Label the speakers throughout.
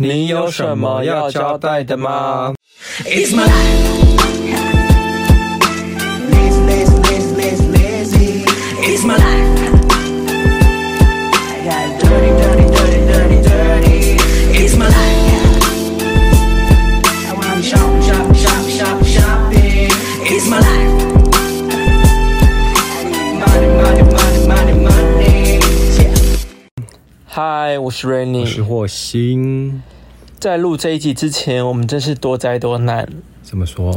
Speaker 1: 你有什么要交代的吗？
Speaker 2: It's my life. Lazy, lazy, lazy, lazy, lazy. It's my life. I got dirty, dirty, dirty, dirty, dirty. It's my life. Now I'm shopping, shopping, shopping, shopping, shopping. It's my life. I need money, money, money, money, money. Yeah.
Speaker 1: 嗨，我是
Speaker 3: 我是
Speaker 1: Rainy。
Speaker 3: 霍星，
Speaker 1: 在录这一集之前，我们真是多灾多难，
Speaker 3: 怎么 说？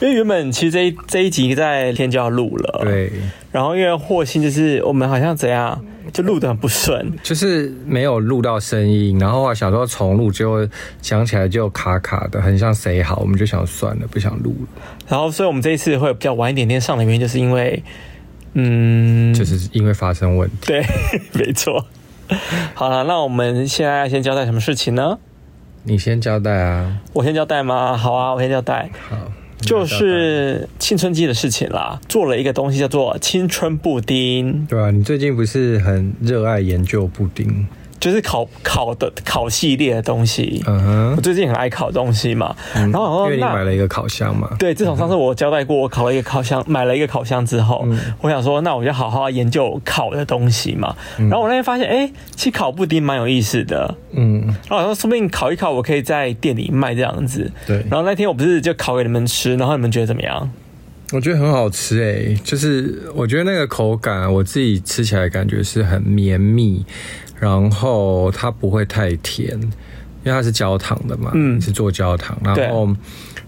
Speaker 1: 因为原本其实这一这一集在天就要录了，。
Speaker 3: 对，
Speaker 1: 然后因为霍星就是我们好像怎样，就录的很不顺，
Speaker 3: 就是没有录到声音，然后啊想说重录，结果想起来就卡卡的，很像谁好，我们就想算了，不想录了，
Speaker 1: 然后所以我们这一次会比较晚一点点上的原因，就是因为，嗯，
Speaker 3: 就是因为发生问题。
Speaker 1: 对， 没错。好了，那我们现在要先交代什么事情呢？
Speaker 3: 你先交代啊，
Speaker 1: 我先交代吗？好啊，我先交代。
Speaker 3: 好，
Speaker 1: 就是青春期的事情啦，做了一个东西叫做青春布丁，
Speaker 3: 对啊，你最近不是很热爱研究布丁？
Speaker 1: 就是烤烤的烤系列的东西。
Speaker 3: 嗯
Speaker 1: 我
Speaker 3: 哼，
Speaker 1: 最近很爱烤东西嘛，然后我
Speaker 3: 因
Speaker 1: 说
Speaker 3: 为你买
Speaker 1: 哦那
Speaker 3: 了一个烤箱嘛，
Speaker 1: 对，自从上次我交代过，我烤了一个烤
Speaker 3: 嗯
Speaker 1: 箱，买了一个烤箱之后，我想说，那我就好好研究烤的东西嘛。然后我那天发现，哎、其实烤布丁蛮有意思的。
Speaker 3: 嗯，
Speaker 1: 然后我说，说不定烤一烤，我可以在店里卖这样子。
Speaker 3: 对
Speaker 1: 然后那天我不是就烤给你们吃，然后你们觉得怎么样？
Speaker 3: 我觉得很好吃诶、就是我觉得那个口感，我自己吃起来感觉是很绵密，然后它不会太甜，因为它是焦糖的嘛，
Speaker 1: 嗯
Speaker 3: 是做焦糖，
Speaker 1: 对
Speaker 3: 然后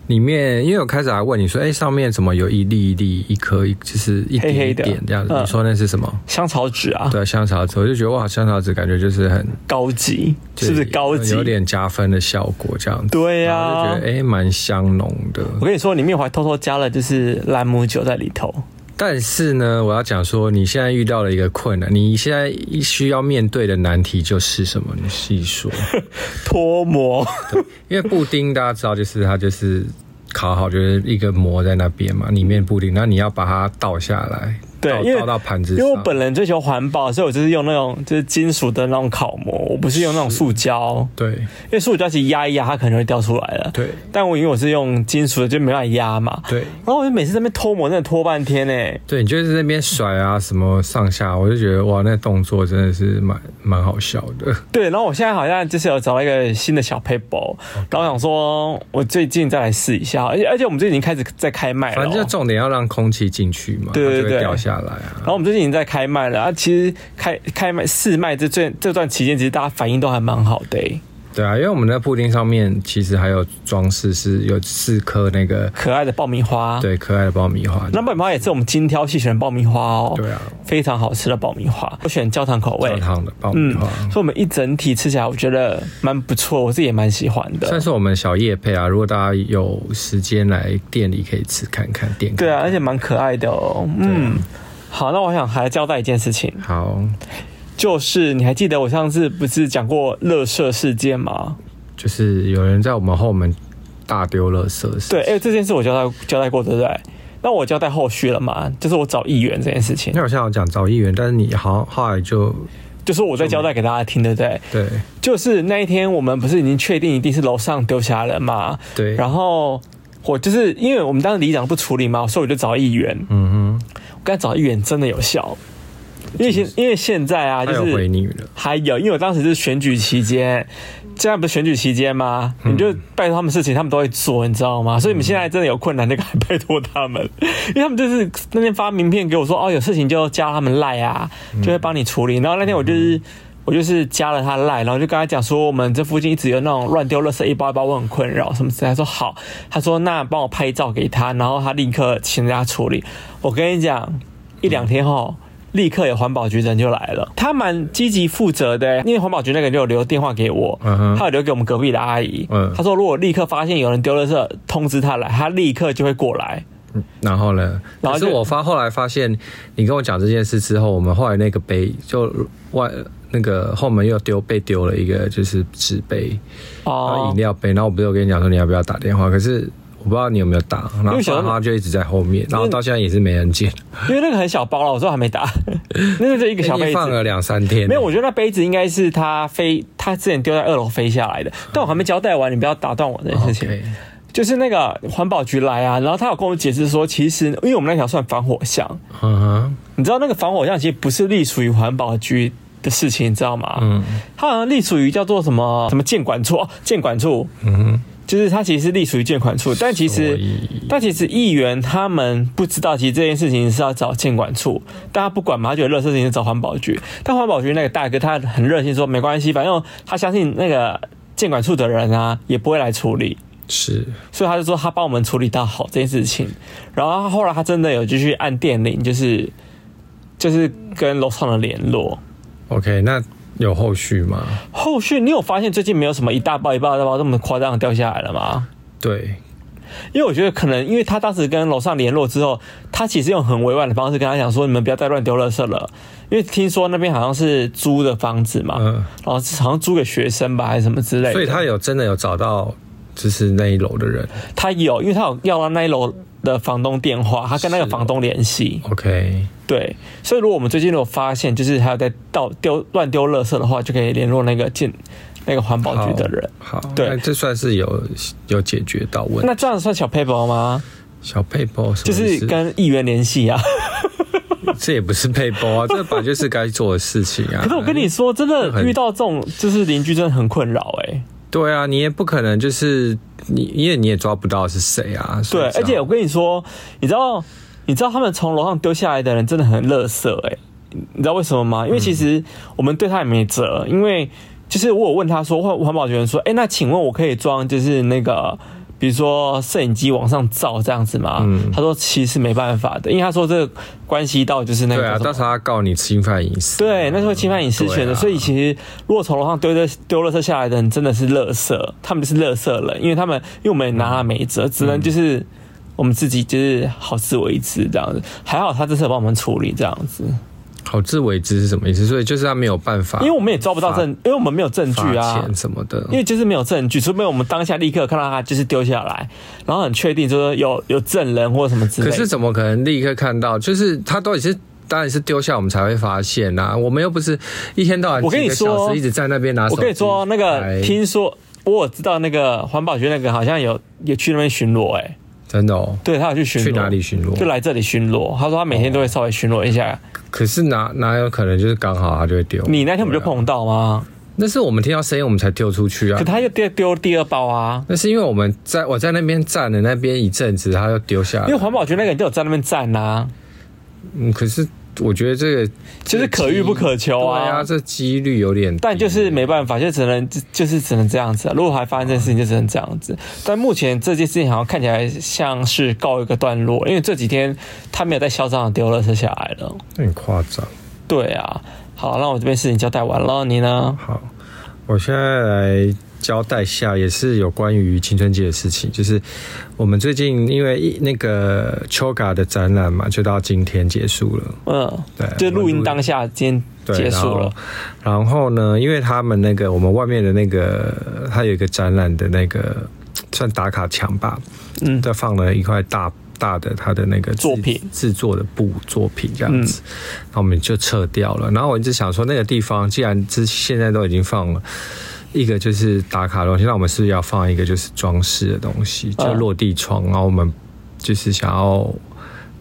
Speaker 3: 里面因为我开始还问你说，哎、上面怎么有一粒一粒、一颗一，就是一
Speaker 1: 黑
Speaker 3: 点
Speaker 1: 黑
Speaker 3: 一
Speaker 1: 的
Speaker 3: 点这样子？
Speaker 1: 嗯
Speaker 3: 你说那是什么？
Speaker 1: 香草纸啊，
Speaker 3: 对，香草籽，我就觉得哇，香草籽感觉就是很，
Speaker 1: 高级，是不是高级？
Speaker 3: 有点加分的效果这样子。
Speaker 1: 对啊呀、
Speaker 3: 然后就觉得哎，蛮、香浓的。
Speaker 1: 我跟你说，里面我还偷偷加了就是兰姆酒在里头。
Speaker 3: 但是呢，我要讲说，你现在遇到了一个困难，你现在需要面对的难题就是什么？你细说。
Speaker 1: 脱 模，
Speaker 3: 因为布丁大家知道，就是它就是烤好，就是一个膜在那边嘛，里面布丁，那你要把它倒下来，
Speaker 1: 对
Speaker 3: 倒
Speaker 1: 因为
Speaker 3: 倒到盘子
Speaker 1: 因
Speaker 3: 上。
Speaker 1: 为我本人追求环保，所以我就是用那种就是金属的那种烤模，我不是用那种塑胶，
Speaker 3: 对
Speaker 1: 因为塑胶其实压一压它可能会掉出来啊了。
Speaker 3: 对
Speaker 1: 但我因为我是用金属的，就没办法压嘛。
Speaker 3: 对
Speaker 1: 然后我就每次在那边脱模，真的脱半天哎呢、
Speaker 3: 对，你就是那边甩啊什么上下，我就觉得哇，那动作真的是蛮蛮好笑的。
Speaker 1: 对，然后我现在好像就是有找到一个新的小 paper，然后想说我最近再来试一下，而且而且我们最近已经开始在开卖了哦、
Speaker 3: 反正就重点要让空气进去嘛，
Speaker 1: 对对
Speaker 3: 它就
Speaker 1: 对
Speaker 3: 会掉下来啊
Speaker 1: 然。后我们最近已经在开卖了啊，其实开开卖试卖这段这段期间，其实大家反应都还蛮好的、欸
Speaker 3: 对啊，因为我们的布丁上面其实还有装饰，是有四颗那个
Speaker 1: 可爱的爆米花。，
Speaker 3: 对可爱的爆米花。
Speaker 1: 啊那爆米花也是我们精挑细选的爆米花哦，
Speaker 3: 对啊，
Speaker 1: 非常好吃的爆米花，我选焦糖口味
Speaker 3: 焦。糖的爆米
Speaker 1: 嗯
Speaker 3: 花，，
Speaker 1: 所以我们一整体吃起来，我觉得蛮不错，我自己也蛮喜欢的。
Speaker 3: 算是我们小夜配啊。如果大家有时间来店里可以吃看看店。
Speaker 1: 对啊，而且蛮可爱的哦。嗯，
Speaker 3: 啊
Speaker 1: 好，那我想还交代一件事情，
Speaker 3: 好，
Speaker 1: 就是你还记得我上次不是讲过乐色事件吗？
Speaker 3: 就是有人在我们后门大丢垃圾，是
Speaker 1: 对，哎、这件事我交代交代过，对不对？那我交代后续了嘛？就是我找议员这件事情
Speaker 3: 你，好像有讲找议员，但是你好像后来就
Speaker 1: 就是我在交代给大家听，对不对？
Speaker 3: 对
Speaker 1: 就是那一天我们不是已经确定一定是楼上丢下了嘛？
Speaker 3: 对，
Speaker 1: 然后我就是因为我们当时里长不处理嘛，所以我就找议员。
Speaker 3: 嗯哼，
Speaker 1: 我刚才找议员真的有效，因为现因为现在啊，
Speaker 3: 他
Speaker 1: 就
Speaker 3: 有
Speaker 1: 是
Speaker 3: 回你了，
Speaker 1: 还有，因为我当时是选举期间，现在不是选举期间吗？你就拜托他们事情，他们都会做，你知道吗？所以你们现在真的有困难，那个还拜托他们，因为他们就是那天发名片给我说，哦，有事情就加他们赖啊，就会帮你处理。然后那天我就是。我就是啊加了他赖，然后就跟他讲说，我们这附近一直有那种乱丢垃圾一包一包，我很困扰什么之类的。他说好，他说那帮我拍照给他，然后他立刻请人家处理。我跟你讲，一两天后，立刻有环保局人就来了，他蛮积极负责的，因为环保局那个人就有留电话给我，
Speaker 3: 嗯哼
Speaker 1: 他有留给我们隔壁的阿姨，
Speaker 3: 嗯
Speaker 1: 他说如果立刻发现有人丢垃圾，通知他来，他立刻就会过来。
Speaker 3: 然后呢？
Speaker 1: 然后
Speaker 3: 可
Speaker 1: 就是
Speaker 3: 我发后来发现，你跟我讲这件事之后，我们后来那个杯就外那个后门又丢被丢了一个就是纸杯，然后饮
Speaker 1: 哦，
Speaker 3: 料杯，然后我不是有跟你讲说你要不要打电话，可是。我不知道你有没有打，然
Speaker 1: 因
Speaker 3: 后
Speaker 1: 为想到
Speaker 3: 爸妈就一直在后面，然后到现在也是没人捡，
Speaker 1: 因为那个很小包了，我说还没 打，那个就一个小
Speaker 3: 已
Speaker 1: 杯子，
Speaker 3: 经放了两三天，
Speaker 1: 没有，我觉得那杯子应该是他飞，他之前丢在二楼飞下来的。但我还没交代完，你不要打断我这件事情。
Speaker 3: 嗯哦 OK
Speaker 1: 就是那个环保局来啊，然后他有跟我解释说，其实因为我们那条算防火巷，
Speaker 3: 嗯哼，
Speaker 1: 你知道那个防火巷其实不是隶属于环保局的事情，你知道吗？
Speaker 3: 嗯
Speaker 1: 它好像隶属于叫做什么什么监管处，哦监管处，
Speaker 3: 嗯哼，
Speaker 1: 就是它其实是隶属于监管处，但其
Speaker 3: 所
Speaker 1: 实
Speaker 3: 以
Speaker 1: 但其实议员他们不知道，其实这件事情是要找监管处，大家不管嘛，他觉得热事情是找环保局。但环保局那个大哥他很热心说没关系，反正他相信那个监管处的人啊也不会来处理，
Speaker 3: 是
Speaker 1: 所以他就说他帮我们处理到好这件事情。然后他后来他真的有继续按电铃，就是就是跟楼上的联络。
Speaker 3: OK，那有后续吗？
Speaker 1: 后续你有发现最近没有什么一大包一大包这么夸张地掉下来了吗？
Speaker 3: 对，
Speaker 1: 因为我觉得可能，因为他当时跟楼上联络之后，他其实用很委婉的方式跟他讲说，你们不要再乱丢垃圾了。因为听说那边好像是租的房子嘛，
Speaker 3: 嗯
Speaker 1: 然后是好像租给学生吧，还是什么之类的。
Speaker 3: 所以他有真的有找到，就是那一楼的人
Speaker 1: 他有，因为他有要到那一楼的房东电话，他跟那个
Speaker 3: 是哦
Speaker 1: 房东联系。
Speaker 3: ，OK，
Speaker 1: 对，所以如果我们最近有发现，就是还有在倒丢乱丢垃圾的话，就可以联络那个建那个环保
Speaker 3: 好
Speaker 1: 局的人。
Speaker 3: 好，
Speaker 1: 对
Speaker 3: 那这算是有有解决到问题。
Speaker 1: 那这样算小 paper 吗？
Speaker 3: 小配包
Speaker 1: 就
Speaker 3: 就是
Speaker 1: 跟议员联系啊。
Speaker 3: 这也不是配包啊，这本来就是该做的事情啊。
Speaker 1: 可是我跟你说，真 的
Speaker 3: 很
Speaker 1: 遇到这种就是邻居真的很困扰哎、
Speaker 3: 对啊，你也不可能就是你，因为你也抓不到是谁啊。所
Speaker 1: 对，
Speaker 3: 以这
Speaker 1: 而
Speaker 3: 样
Speaker 1: 且我跟你说，你知道，你知道他们从楼上丢下来的人真的很垃圾哎、你知道为什么吗？因为其
Speaker 3: 嗯
Speaker 1: 实我们对他也没辙，因为就是我有问他说，环环保局人说，哎、那请问我可以装就是那个。比如说摄影机往上照这样子吗？
Speaker 3: 嗯
Speaker 1: 他说其实没办法的，因为他说这个关系到就是那个
Speaker 3: 对啊，
Speaker 1: 叫什么
Speaker 3: 到时候他告你侵犯隐私。
Speaker 1: 对，那时候侵犯隐私权的，
Speaker 3: 对啊
Speaker 1: 所以其实如果从楼上丢的丢垃圾下来的人，真的是垃圾，他们就是垃圾人，因为他们因为我们也拿他没辙，
Speaker 3: 嗯
Speaker 1: 只能就是我们自己就是好自为之这样子。还好他这次有帮我们处理这样子，
Speaker 3: 好自为之是什么意思？所以就是他没有办法，
Speaker 1: 因为我们也抓不到证，因为我们没有证据
Speaker 3: 罚
Speaker 1: 啊
Speaker 3: 钱。什么的。
Speaker 1: 因为就是没有证据，除非我们当下立刻看到他就是丢下来，然后很确定就是有有证人或什么之类
Speaker 3: 可
Speaker 1: 的。
Speaker 3: 是怎么可能立刻看到？就是他到底是。当然是丢下我们才会发现呐、我们又不是一天到晚
Speaker 1: 我跟你
Speaker 3: 几个小
Speaker 1: 说
Speaker 3: 时一直在那边拿手
Speaker 1: 我
Speaker 3: 机。
Speaker 1: 跟你说，那个
Speaker 3: 哎
Speaker 1: 听说我有知道那个环保局那个好像有有去那边巡逻、哎，
Speaker 3: 真的哦，
Speaker 1: 对他有去巡逻，
Speaker 3: 去哪里巡逻哦
Speaker 1: 就来这里巡逻。他说他每天都会稍微巡逻一下。
Speaker 3: 可是哪哪有可能就是刚好他就会丢？
Speaker 1: 你那天不就
Speaker 3: 对啊
Speaker 1: 碰到吗？
Speaker 3: 那是我们听到声音，我们才丢出去啊
Speaker 1: 可。他又丢丢第二包啊，
Speaker 3: 那是因为我们在我在那边站了那边一阵子，他又丢下来。
Speaker 1: 因为环保局那个人就有在那边站啊呐、
Speaker 3: 嗯，可是我觉得这个
Speaker 1: 就是可遇不可求啊
Speaker 3: 对啊，这几率有点低。
Speaker 1: 但就是没办法，就只能就就是只能这样子、啊。如果还发生这件事情，就只能这样子。但目前这件事情好像看起来像是告一个段落，因为这几天他没有在嚣张的丢垃圾下来了。
Speaker 3: 很夸张。
Speaker 1: 对啊，好，那我这边事情交代完了，你呢？
Speaker 3: 好，我现在来交代下，也是有关于青春期的事情，就是我们最近因为一那个 Choga 的展览嘛，就到今天结束了。
Speaker 1: 嗯，
Speaker 3: 对
Speaker 1: 就录
Speaker 3: 我
Speaker 1: 音
Speaker 3: 录
Speaker 1: 当下今天
Speaker 3: 对
Speaker 1: 结束了。
Speaker 3: 然后。然后呢，因为他们那个我们外面的那个，它有一个展览的那个算打卡墙吧，
Speaker 1: 嗯
Speaker 3: 它放了一块大大的他的那个制
Speaker 1: 作品嗯
Speaker 3: 制作的布作品这样子，那、我们就撤掉了。然后我一直想说，那个地方既然之现在都已经放了。一个就是打卡的东西，那我们是不是要放一个就是装饰的东西，就
Speaker 1: 嗯
Speaker 3: 落地窗，然后我们就是想要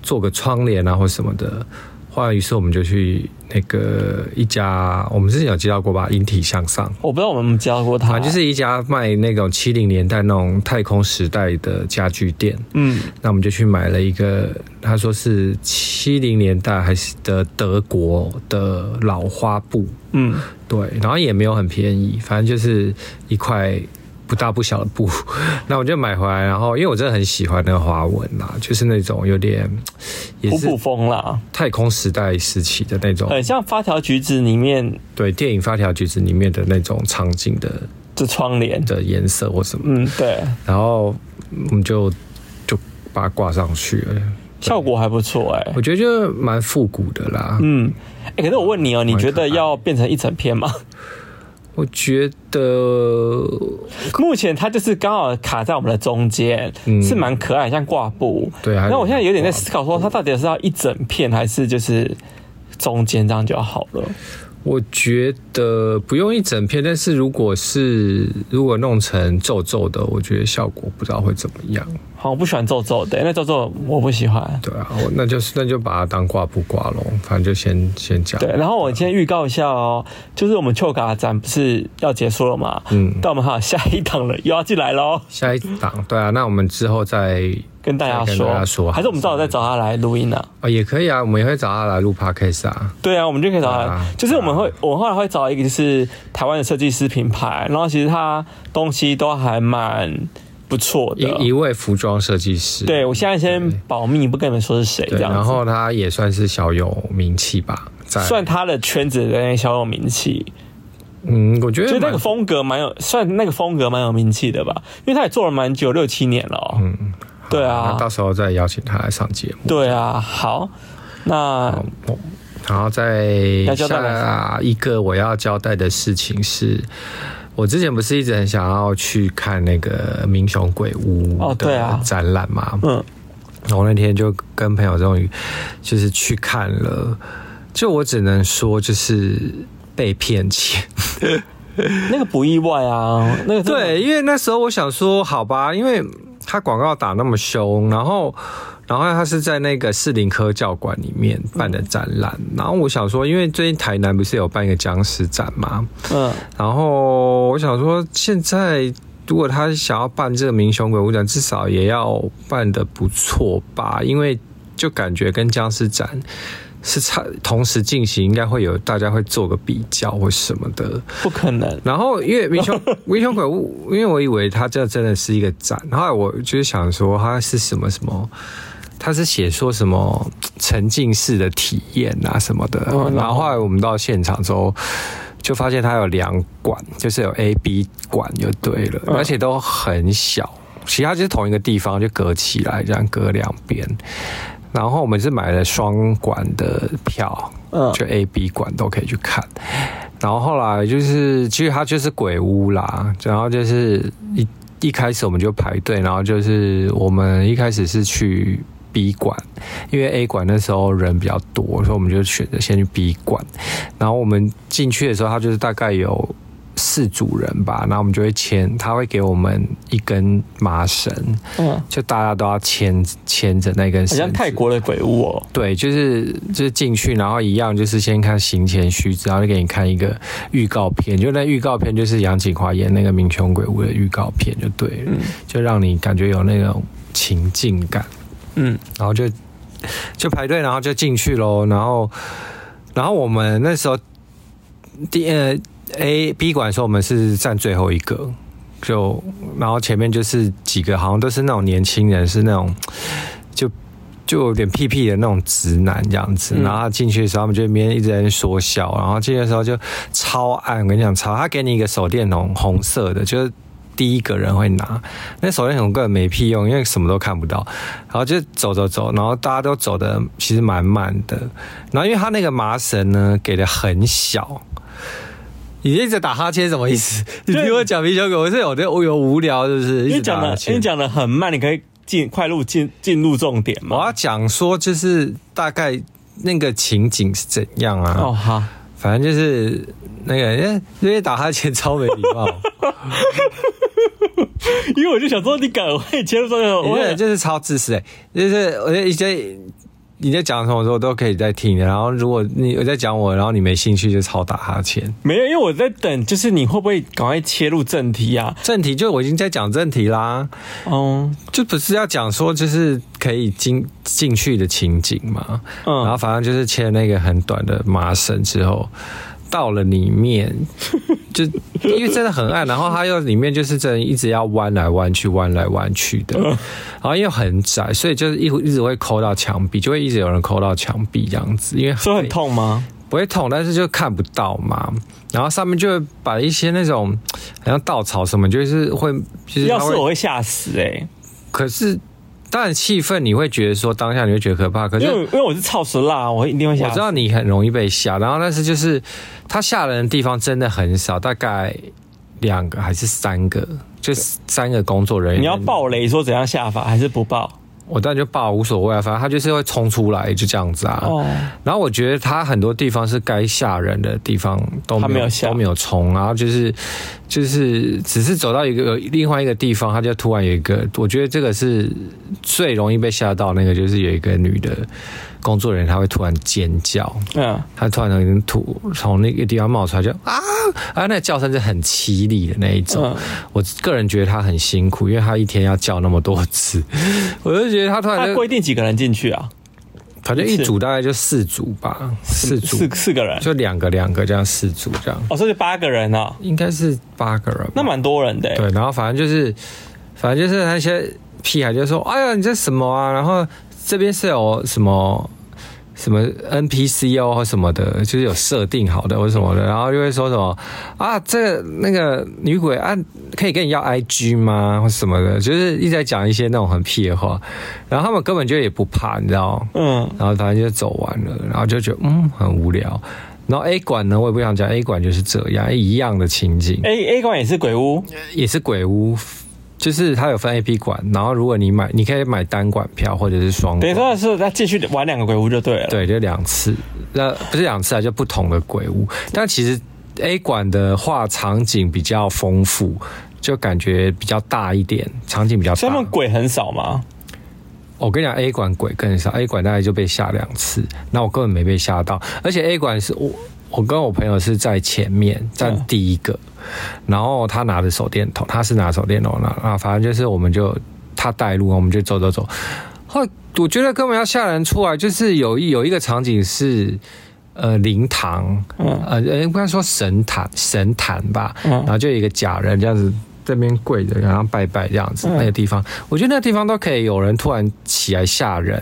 Speaker 3: 做个窗帘啊或什么的。后来，于是我们就去那个一家，我们之前有介绍过吧，引体向上，
Speaker 1: 我不知道我们有没有教过他，
Speaker 3: 反正就是一家卖那种七零年代那种太空时代的家具店。
Speaker 1: 嗯，
Speaker 3: 那我们就去买了一个，他说是七零年代还是的德国的老花布，
Speaker 1: 嗯，
Speaker 3: 对，然后也没有很便宜，反正就是一块不大不小的布。 那我就买回来，然后因为我真的很喜欢那个花纹啦，就是那种有点也
Speaker 1: 普
Speaker 3: 是嗯
Speaker 1: 普风啦，
Speaker 3: 太空时代时期的那种，
Speaker 1: 很像发条橘子里面
Speaker 3: 对电影《发条橘子》里面的那种场景的
Speaker 1: 的窗帘。
Speaker 3: 的颜色或什么，
Speaker 1: 嗯，对，
Speaker 3: 然后我们就就把它挂上去了。
Speaker 1: 效果还不错哎、
Speaker 3: 我觉得就蛮复古的啦，
Speaker 1: 嗯，哎、可是我问你哦、你觉得要变成一整片吗？
Speaker 3: 我觉得
Speaker 1: 目前它就是刚好卡在我们的中间，是蛮可爱，像挂布。
Speaker 3: 嗯对还有
Speaker 1: 那我现在有点在思考说，它到底是要一整片，还是就是中间这样就好了？
Speaker 3: 我觉得不用一整片，但是如果是如果弄成皱皱的，我觉得效果不知道会怎么样。
Speaker 1: 好，我不喜欢皱皱的，那皱皱我不喜欢。
Speaker 3: 对啊，我那就是那就把它当挂布挂咯，反正就先先讲。
Speaker 1: 对，然后我先预告一下哦，就是我们秋嘎展不是要结束了嘛？嗯，但我们还有下一档了，又要进来喽，
Speaker 3: 下一档对啊，那我们之后再
Speaker 1: 跟大家
Speaker 3: 再跟
Speaker 1: 说，
Speaker 3: 大家说
Speaker 1: 还是我们到时候再找他来录音啊？
Speaker 3: 哦也可以啊，我们也会找他来录 podcast 啊。
Speaker 1: 对啊，我们就可以找他，
Speaker 3: 啊
Speaker 1: 就是我们会，我后来会找一个就是台湾的设计师品牌，然后其实他东西都还蛮不错的。
Speaker 3: 一一位服装设计师，
Speaker 1: 啊对我现在先保密，不跟你们说是谁这
Speaker 3: 对，
Speaker 1: 样子。
Speaker 3: 然后他也算是小有名气吧，在
Speaker 1: 算他的圈子的那小有名气，
Speaker 3: 嗯，我觉
Speaker 1: 就是
Speaker 3: 得
Speaker 1: 那
Speaker 3: 蛮
Speaker 1: 个风格蛮有，算那个风格蛮有名气的吧，因为他也做了蛮久，六七年了、哦。嗯，对啊
Speaker 3: 那，到时候再邀请他来上节目。
Speaker 1: 对啊，好，那
Speaker 3: 然后再
Speaker 1: 要交代
Speaker 3: 下一个我要交代的事情是，我之前不是一直很想要去看那个《民雄鬼屋》
Speaker 1: 哦对啊
Speaker 3: 的展览嘛，
Speaker 1: 嗯，
Speaker 3: 然后那天就跟朋友终于就是去看了，就我只能说就是被骗钱。
Speaker 1: 那个不意外啊，那个真的
Speaker 3: 对，因为那时候我想说，好吧，因为他广告打那么凶，然后，然后他是在那个士林科教馆里面办的展览，然后我想说，因为最近台南不是有办一个僵尸展嘛，
Speaker 1: 嗯，
Speaker 3: 然后我想说，现在如果他想要办这个民雄鬼屋展，至少也要办的不错吧，因为就感觉跟僵尸展。是差同时进行，应该会有大家会做个比较或什么的，
Speaker 1: 不可能，
Speaker 3: 然后因为《民 雄民雄鬼屋》，因为我以为它这真的是一个展，后来我就是想说它是什么什么。它是写说什么沉浸式的体验啊什么的，
Speaker 1: 嗯
Speaker 3: 然后后来我们到现场之后，就发现它有两馆，就是有 A、B 馆就对了，而且都很小，其他就是同一个地方就隔起来，这样隔两边。然后我们是买了双馆的票，
Speaker 1: 嗯
Speaker 3: 就 A、B 馆都可以去看。然后后来就是，其实它就是鬼屋啦，然后就是一一开始我们就排队，然后就是我们一开始是去 B 馆，因为 A 馆那时候人比较多，所以我们就选择先去 B 馆。然后我们进去的时候，它就是大概有。四组人吧，然后我们就会牵，他会给我们一根麻绳，
Speaker 1: 嗯，
Speaker 3: 就大家都要牵牵着那根
Speaker 1: 好
Speaker 3: 绳
Speaker 1: 像
Speaker 3: 子，
Speaker 1: 泰国的鬼屋哦，
Speaker 3: 对，就是就是进去，然后一样就是先看行前须知，然后就给你看一个预告片，就那预告片就是杨景华演那个《民雄鬼屋》的预告片，就对了，就让你感觉有那种情境感，
Speaker 1: 嗯，
Speaker 3: 然后就就排队，然后就进去喽，然后然后我们那时候第呃 A B 馆的时候，我们是站最后一个，就然后前面就是几个好像都是那种年轻人，是那种就就有点屁屁的那种直男这样子。
Speaker 1: 嗯
Speaker 3: 然后他进去的时候，他们就一边一直在说笑，然后进去的时候就超暗，我跟你讲超，他给你一个手电筒，红色的，就是。第一个人会拿那手电筒根本没屁用，因为什么都看不到。然后就走走走，然后大家都走的其实蛮慢的。然后因为他那个麻绳呢给的很小，你一直打哈欠是什么 意思？你听我讲皮球狗，我是有的，我有无聊，是不是？
Speaker 1: 因
Speaker 3: 一
Speaker 1: 为
Speaker 3: 直打
Speaker 1: 讲的
Speaker 3: 哈
Speaker 1: 因为
Speaker 3: 欠。
Speaker 1: 讲的很慢，你可以进快入进进入重点
Speaker 3: 我
Speaker 1: 嘛。
Speaker 3: 要讲说，就是大概那个情景是怎样啊？
Speaker 1: 哦，好，
Speaker 3: 反正就是那个，因为因为打哈欠超没礼 貌，
Speaker 1: 哦因为我就想说你赶快切入重点，
Speaker 3: 我
Speaker 1: 我也
Speaker 3: 就是超自私哎、就是我就一些。你在讲什么时候都可以在听的，然后如果你我在讲我，然后你没兴趣就超打哈欠。
Speaker 1: 没有，因为我在等，就是你会不会赶快切入正题啊？
Speaker 3: 正题就我已经在讲正题啦，
Speaker 1: 哦，
Speaker 3: 就不是要讲说就是可以进进去的情景嘛，
Speaker 1: 嗯
Speaker 3: 然后反正就是牵那个很短的麻绳之后，到了里面， 就因为真的很暗，然后它又里面就是真的一直要弯来弯去，弯来弯去
Speaker 1: 嗯
Speaker 3: 的，然后又很窄，所以就是一一直会抠到墙壁，就会一直有人抠到墙壁这样子，因为
Speaker 1: 所以很痛吗？
Speaker 3: 不会痛，但是就看不到嘛。然后上面就会摆一些那种好像稻草什么，就是会就是它
Speaker 1: 要
Speaker 3: 会
Speaker 1: 是我会吓死哎、
Speaker 3: 可是当然气氛你会觉得说当下你会觉得可怕，可是
Speaker 1: 因为因为我是超时辣，我一定会想
Speaker 3: 我知道你很容易被吓，然后但是就是它吓人的地方真的很少，大概两个还是三个，就三个工作人员。
Speaker 1: 你要爆雷说怎样下法，还是不爆？
Speaker 3: 我当然就爆无所谓啊，反正他就是会冲出来，就这样子啊。
Speaker 1: 哦
Speaker 3: 然后我觉得他很多地方是该吓人的地方都
Speaker 1: 他没
Speaker 3: 没有
Speaker 1: 有吓
Speaker 3: 都没有冲，然后就是就是只是走到一个另外一个地方，他就突然有一个，我觉得这个是最容易被吓到那个，就是有一个女的工作人员，她会突然尖叫，
Speaker 1: 嗯，
Speaker 3: 他突然有一根土从那个地方冒出来就，啊啊，那个叫声是很凄厉的那一种。
Speaker 1: 嗯
Speaker 3: 我个人觉得他很辛苦，因为他一天要叫那么多次， 我就觉得他突然
Speaker 1: 他
Speaker 3: 就
Speaker 1: 规定几个人进去啊？
Speaker 3: 反正一
Speaker 1: 次
Speaker 3: 组大概就四组吧，四组
Speaker 1: 四四个人，
Speaker 3: 就两个两个这样四组这样，
Speaker 1: 哦，所以就八个人啊，
Speaker 3: 应该是八个人吧。
Speaker 1: 那蛮多人的、欸
Speaker 3: 对，然后反正就是，反正就是那些屁孩就说：“哎呀，你这什么啊？”然后这边是有什么什么 NPC 哦或什么的，就是有设定好的或什么的，然后就会说什么啊，这个那个女鬼啊，可以跟你要 IG 吗？或什么的，就是一直在讲一些那种很屁的话，然后他们根本就也不怕，你知道。
Speaker 1: 嗯，
Speaker 3: 然后反正就走完了，然后就觉得嗯很无聊。然后 A 馆呢，我也不想讲，A 馆就是这样一样的情景。
Speaker 1: A A 馆也是鬼屋，
Speaker 3: 也是鬼屋，就是它有分 A、B 馆，然后如果你买，你可以买单馆票或者是双
Speaker 1: 等于
Speaker 3: 馆，
Speaker 1: 说是他进去玩两个鬼屋就对了。，
Speaker 3: 对，就两次，那不是两次啊，就不同的鬼屋。但其实 A 馆的话，场景比较丰富，就感觉比较大一点，场景比较
Speaker 1: 所以他
Speaker 3: 大
Speaker 1: 们。鬼很少嘛。
Speaker 3: 我跟你讲，A 馆鬼更少，A 馆大概就被吓两次，那我根本没被吓到，而且 A 馆是我。我跟我朋友是在前面站
Speaker 1: 嗯
Speaker 3: 第一个，然后他拿着手电筒，他是拿手电筒拿啊，反正就是我们就他带路，我们就走走走。后来我觉得根本要吓人出来，就是有一有一个场景是呃灵堂，
Speaker 1: 嗯
Speaker 3: 呃呃应该说神坛神坛吧，
Speaker 1: 嗯
Speaker 3: 然后就有一个假人这样子。这边跪着，然后拜拜这样子，
Speaker 1: 嗯
Speaker 3: 那个地方，我觉得那个地方都可以有人突然起来吓人，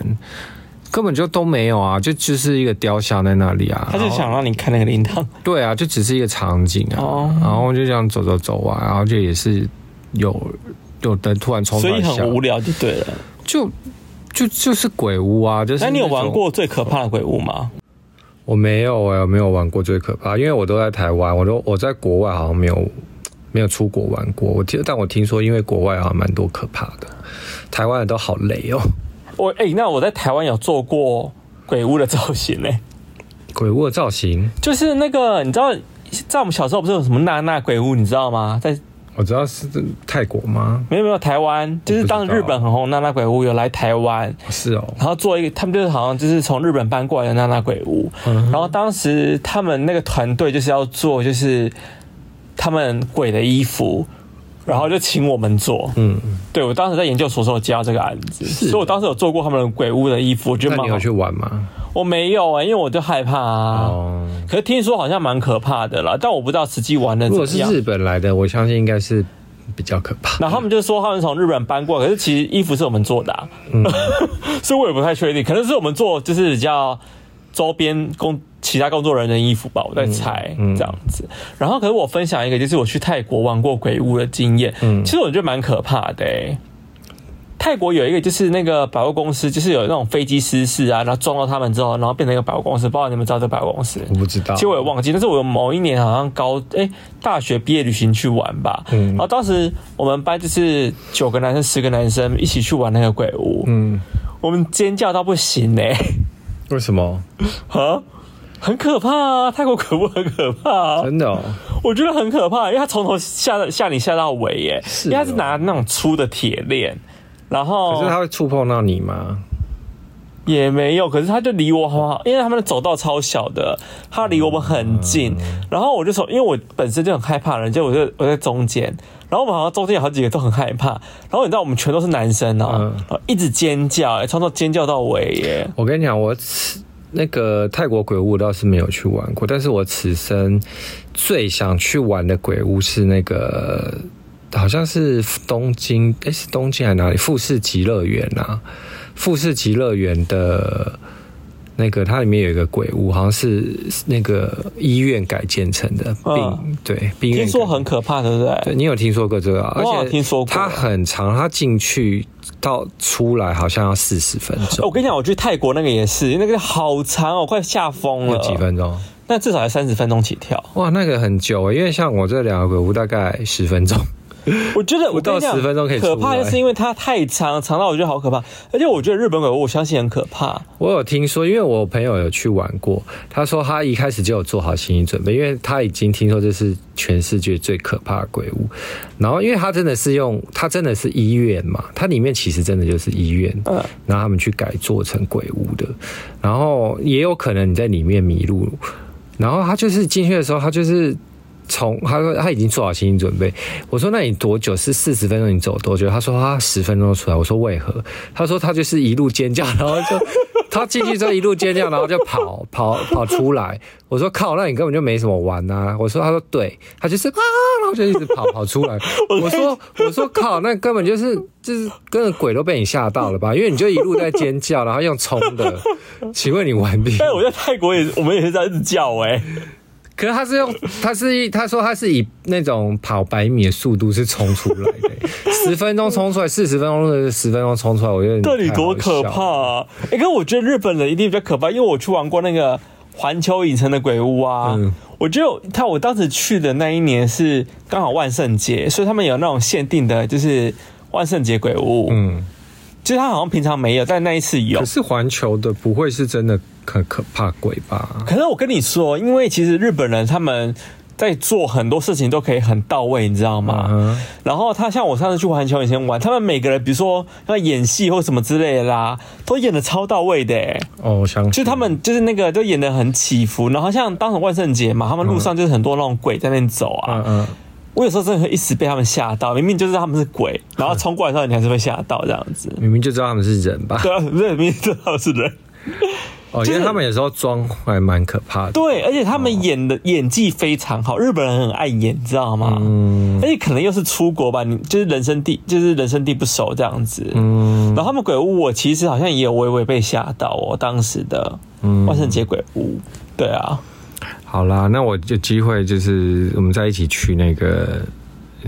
Speaker 3: 根本就都没有啊，就就是一个雕像在那里啊。
Speaker 1: 他就
Speaker 3: 然后
Speaker 1: 想让你看那个灵堂，
Speaker 3: 对啊，就只是一个场景啊，
Speaker 1: 哦
Speaker 3: 然后就这样走走走啊，然后就也是有有人突然冲出
Speaker 1: 所以
Speaker 3: 来吓
Speaker 1: 很无聊就对了。
Speaker 3: 就就就是鬼屋啊，就是
Speaker 1: 那你有
Speaker 3: 种
Speaker 1: 玩？过最可怕的鬼屋吗？
Speaker 3: 我没有哎、我没有玩过最可怕，因为我都在台湾，我都我在国外好像没有没有出国玩过。我听，但我听说因为国外好像蛮多可怕的，台湾人都好累哦。
Speaker 1: 我哎、那我在台湾有做过鬼屋的造型呢、
Speaker 3: 鬼屋的造型
Speaker 1: 就是那个你知道，在我们小时候不是有什么娜娜鬼屋，你知道吗？在
Speaker 3: 我知道是泰国吗？
Speaker 1: 没有没有台湾，就是当日本很红，娜娜鬼屋有来台湾，
Speaker 3: 是哦，
Speaker 1: 然后做一个，他们就是好像就是从日本搬过来的娜娜鬼屋，
Speaker 3: 嗯
Speaker 1: 然后当时他们那个团队就是要做就是他们鬼的衣服，然后就请我们做，
Speaker 3: 嗯，
Speaker 1: 对我当时在研究所的时候接到这个案子，
Speaker 3: 是
Speaker 1: 所以我当时有做过他们的鬼屋的衣服，我觉得
Speaker 3: 那你
Speaker 1: 蛮
Speaker 3: 有
Speaker 1: 好
Speaker 3: 去。玩吗？
Speaker 1: 我没有啊、因为我就害怕啊。
Speaker 3: 哦，
Speaker 1: 可是听说好像蛮可怕的啦，但我不知道实际玩的
Speaker 3: 如
Speaker 1: 怎
Speaker 3: 果
Speaker 1: 么
Speaker 3: 是
Speaker 1: 样。
Speaker 3: 日本来的，我相信应该是比较可 怕。
Speaker 1: 然后他们就说他们从日本搬过来，可是其实衣服是我们做的、啊，
Speaker 3: 嗯
Speaker 1: 所以我也不太确定，可能是我们做就是比较周边工其他工作人员的衣服吧，我在猜、
Speaker 3: 嗯嗯
Speaker 1: 这样子。然后可是我分享一个，就是我去泰国玩过鬼屋的经验，
Speaker 3: 嗯
Speaker 1: 其实我觉得蛮可怕的、欸。泰国有一个就是那个百货公司，就是有那种飞机失事啊，然后撞到他们之后，然后变成一个百货公司，不知道你们知道这个百货公司？
Speaker 3: 我不知道，
Speaker 1: 其实我也忘记，但是我有某一年好像高哎、大学毕业旅行去玩吧，
Speaker 3: 嗯
Speaker 1: 然后当时我们班就是九个男生十个男生一起去玩那个鬼屋，
Speaker 3: 嗯，
Speaker 1: 我们尖叫到不行呢、
Speaker 3: 为什么？
Speaker 1: 啊，很可怕啊！泰国鬼屋很可怕、啊，
Speaker 3: 真的哦，
Speaker 1: 我觉得很可怕，因为他从头吓吓你吓到尾耶、
Speaker 3: 是
Speaker 1: 因为他是
Speaker 3: 哦
Speaker 1: 拿那种粗的铁链。然
Speaker 3: 可
Speaker 1: 后
Speaker 3: 是它会触碰到你吗？
Speaker 1: 也没有，可是他就离我很好，因为他们的走道超小的，他离我们很近。
Speaker 3: 嗯
Speaker 1: 然后我就从，因为我本身就很害怕人，就我就我在中间，然后我们好像中间有好几个都很害怕。然后你知道我们全都是男生哦、
Speaker 3: 嗯
Speaker 1: 然后一直尖叫、欸，从头尖叫到尾耶。
Speaker 3: 我跟你讲，我此那个泰国鬼屋倒是没有去玩过，但是我此生最想去玩的鬼屋是那个。好像是东京，诶，是东京还是哪里？富士急乐园啊，富士急乐园的那个，它里面有一个鬼屋，好像是那个医院改建成的病，
Speaker 1: 嗯
Speaker 3: 对，病院
Speaker 1: 听
Speaker 3: 改
Speaker 1: 说很可怕，对不对？
Speaker 3: 对你有听说过这个啊？
Speaker 1: 我好像
Speaker 3: 而且
Speaker 1: 听说过
Speaker 3: 它很长，它进去到出来好像要四十分钟，
Speaker 1: 我跟你讲，我去泰国那个也是，那个好长哦，快吓疯
Speaker 3: 有
Speaker 1: 了。
Speaker 3: 几？分钟？
Speaker 1: 那至少要三十分钟起跳。
Speaker 3: 哇，那个很久欸，因为像我这两个鬼屋大概十分钟，
Speaker 1: 我觉得我跟你讲
Speaker 3: 不到10分钟可以出来
Speaker 1: 可怕就是因为它太长，长到我觉得好可怕。而且我觉得日本鬼屋，我相信很可怕。
Speaker 3: 我有听说，因为我朋友有去玩过，他说他一开始就有做好心理准备，因为他已经听说这是全世界最可怕的鬼屋。然后，因为他真的是用，他真的是医院嘛，它里面其实真的就是医院，
Speaker 1: 嗯
Speaker 3: 然后他们去改做成鬼屋的。然后也有可能你在里面迷路，然后他就是进去的时候，他就是。从他说他已经做好心理准备，我说那你多久是四十分钟？你走多久？他说他十分钟出来。我说为何？他说他就是一路尖叫，然后就他进去之后一路尖叫，然后就跑跑跑出来。我说靠，那你根本就没什么玩呐、我说他说对，他就是啊，然后就一直跑跑出来。我说我说靠，那根本就是就是跟着鬼都被你吓到了吧？因为你就一路在尖叫，然后用冲的。请问你完毕？
Speaker 1: 但我在泰国也，我们也是在一直叫哎、
Speaker 3: 嗯可是他是 用，他是他说他是以那种跑百米的速度是冲出来 的，十分钟冲出来，四十分钟的十分钟冲出来，我觉得
Speaker 1: 到底
Speaker 3: 太
Speaker 1: 多
Speaker 3: 好
Speaker 1: 可
Speaker 3: 笑
Speaker 1: 怕
Speaker 3: 了！
Speaker 1: 啊！哎、可是我觉得日本人一定比较可怕，因为我去玩过那个环球影城的鬼屋啊。
Speaker 3: 嗯
Speaker 1: 我就他我当时去的那一年是刚好万圣节，所以他们有那种限定的，就是万圣节鬼屋。嗯，
Speaker 3: 嗯，
Speaker 1: 其实他好像平常没有，但那一次有
Speaker 3: 可。是环球的不会是真的很可怕鬼吧？
Speaker 1: 可是我跟你说，因为其实日本人他们在做很多事情都可以很到位，你知道吗？
Speaker 3: 嗯哼
Speaker 1: 然后他像我上次去环球影城玩，他们每个人比如说要演戏或什么之类的啦，都演的超到位的、欸。
Speaker 3: 哦，我相信
Speaker 1: 就是他们就是那个就演的很起伏，然后像当时万圣节嘛，他们路上就是很多那种鬼在那边走啊。
Speaker 3: 嗯嗯，
Speaker 1: 我有时候真的会一时被他们吓到，明明就是他们是鬼，然后冲过来的时候你还是会吓到这样子。
Speaker 3: 明明就知道他们是人吧？
Speaker 1: 对啊，不是明明知道是人。
Speaker 3: 哦，
Speaker 1: 就是
Speaker 3: 因为他们有时候装还蛮可怕的。
Speaker 1: 对，而且他
Speaker 3: 哦
Speaker 1: 们演的演技非常好，日本人很爱演，你知道吗？
Speaker 3: 嗯
Speaker 1: 而且可能又是出国吧，你就是人生地就是人生地不熟这样子。
Speaker 3: 嗯
Speaker 1: 然后他们鬼屋，我其实好像也有微微被吓到哦，当时的
Speaker 3: 嗯
Speaker 1: 万圣节鬼屋。对啊，
Speaker 3: 好啦，那我有机会就是我们再一起去那个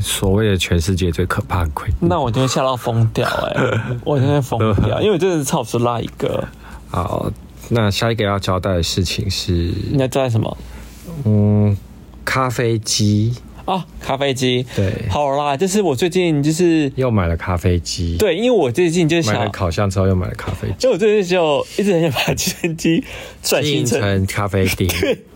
Speaker 3: 所谓的全世界最可怕的鬼屋。
Speaker 1: 那我就会吓到疯掉哎、 我就会疯
Speaker 3: 啊
Speaker 1: 掉，因为我真的是超不辣一个。
Speaker 3: 好，那下一个要交代的事情是，
Speaker 1: 你要叫什么
Speaker 3: 嗯，咖啡机，
Speaker 1: 啊？咖啡机。
Speaker 3: 对
Speaker 1: 好啦，就是我最近就是
Speaker 3: 又买了咖啡机，，
Speaker 1: 对，因为我最近就想
Speaker 3: 买，了烤箱之后又买了咖啡机，
Speaker 1: 因为我最近就一直很想把计算机转
Speaker 3: 经
Speaker 1: 型
Speaker 3: 营
Speaker 1: 成
Speaker 3: 成咖啡 厅，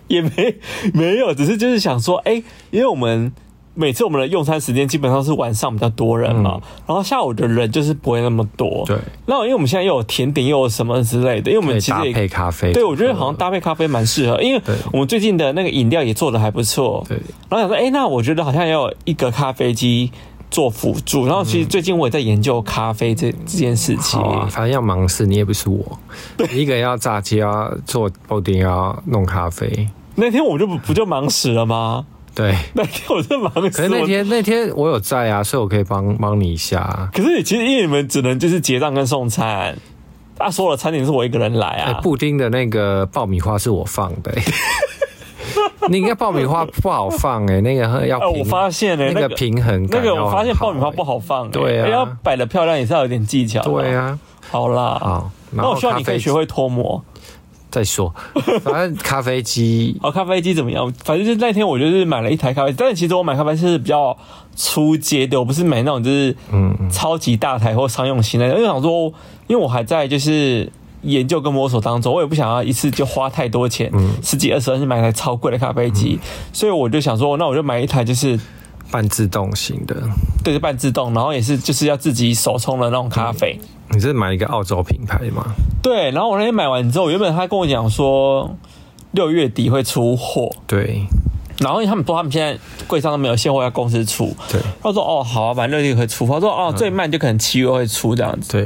Speaker 1: 也没没有，只是就是想说，哎、因为我们每次我们的用餐时间基本上是晚上比较多人嘛，然后下午的人就是不会那么多。
Speaker 3: 嗯对，
Speaker 1: 那因为我们现在又有甜点，又有什么之类的，因为我们
Speaker 3: 对，
Speaker 1: 其
Speaker 3: 搭
Speaker 1: 实
Speaker 3: 配
Speaker 1: 也。
Speaker 3: 咖啡，
Speaker 1: 对，我觉得好像搭配咖啡蛮适合，因为
Speaker 3: 对
Speaker 1: 我们最近的那个饮料也做的还不错。
Speaker 3: 对
Speaker 1: 然后想说，哎、那我觉得好像也有一个咖啡机做辅助。然后其实最近我也在研究咖啡这这件事情。
Speaker 3: 嗯好啊，反正要忙事，你也不是我，你一个人要炸鸡，要做布丁，要弄咖啡，
Speaker 1: 那天我们就不不就忙死了吗？
Speaker 3: 对。
Speaker 1: 那天我在忙死了。
Speaker 3: 可是那天那天我有在啊，所以我可以帮帮你一下啊。
Speaker 1: 可是其实因为你们只能就是结账跟送餐，啊，所有的餐点是我一个人来
Speaker 3: 哎、
Speaker 1: 啊，
Speaker 3: 布丁的那个爆米花是我放的、 欸，你应该爆米花不好放哎、那个要
Speaker 1: 哎、
Speaker 3: 平、
Speaker 1: 我发现了、
Speaker 3: 那个平衡
Speaker 1: 那
Speaker 3: 感
Speaker 1: 个
Speaker 3: 要
Speaker 1: 我发现
Speaker 3: 很好
Speaker 1: 爆米花
Speaker 3: 欸
Speaker 1: 不好放、欸，
Speaker 3: 对啊
Speaker 1: 哎要摆的漂亮也是要有点技巧，
Speaker 3: 对，啊，
Speaker 1: 好啦，
Speaker 3: 好，哦然
Speaker 1: 那
Speaker 3: 后
Speaker 1: 我希望
Speaker 3: 咖
Speaker 1: 你可以
Speaker 3: 啡
Speaker 1: 学会脱模。
Speaker 3: 再说， 反正咖啡机
Speaker 1: 好，咖啡机怎么样？反正就是那天我就是买了一台咖啡机，但是其实我买咖啡机是比较粗阶的，我不是买那种就是
Speaker 3: 嗯
Speaker 1: 超级大台或商用型的，因为想说，因为我还在就是研究跟摸索当中，我也不想要一次就花太多钱，
Speaker 3: 嗯
Speaker 1: 十几二十万去买一台超贵的咖啡机，所以我就想说，那我就买一台就是
Speaker 3: 半自动型的，
Speaker 1: 对着半自动，然后也是就是要自己手冲的那种咖啡。
Speaker 3: 你是买一个澳洲品牌吗？
Speaker 1: 对，然后我那天买完之后，原本他跟我讲说六月底会出货，
Speaker 3: 对
Speaker 1: 然后他们说他们现在柜上都没有现货，要公司出。
Speaker 3: 对嗯
Speaker 1: 他说哦好啊，反正六月会出。他说哦最慢就可能七月会出这样子。
Speaker 3: 对，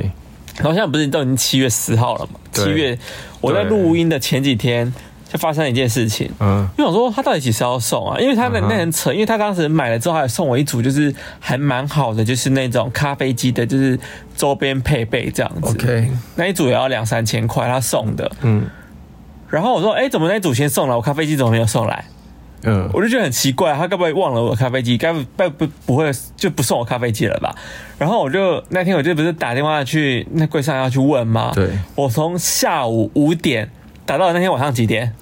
Speaker 1: 然后现在不是都已经七月十号了嘛？
Speaker 3: 对
Speaker 1: 七月我在录音的前几天就发生了一件事情。
Speaker 3: 嗯
Speaker 1: 因为我说他到底几时要送啊？因为他那
Speaker 3: 嗯哼
Speaker 1: 那很扯，因为他当时买了之后还送我一组，就是还蛮好的，就是那种咖啡机的，就是周边配备这样子。
Speaker 3: ，OK，
Speaker 1: 那一组也要两三千块，他送的。
Speaker 3: 嗯，
Speaker 1: 然后我说，哎、怎么那一组先送来，我咖啡机怎么没有送来？
Speaker 3: 嗯，
Speaker 1: 我就觉得很奇怪，他该不会忘了我的咖啡机？该不该不不会就不送我咖啡机了吧？然后我就那天我就不是打电话去那柜上要去问吗？
Speaker 3: 对
Speaker 1: 我从下午五点打到那天晚上几点？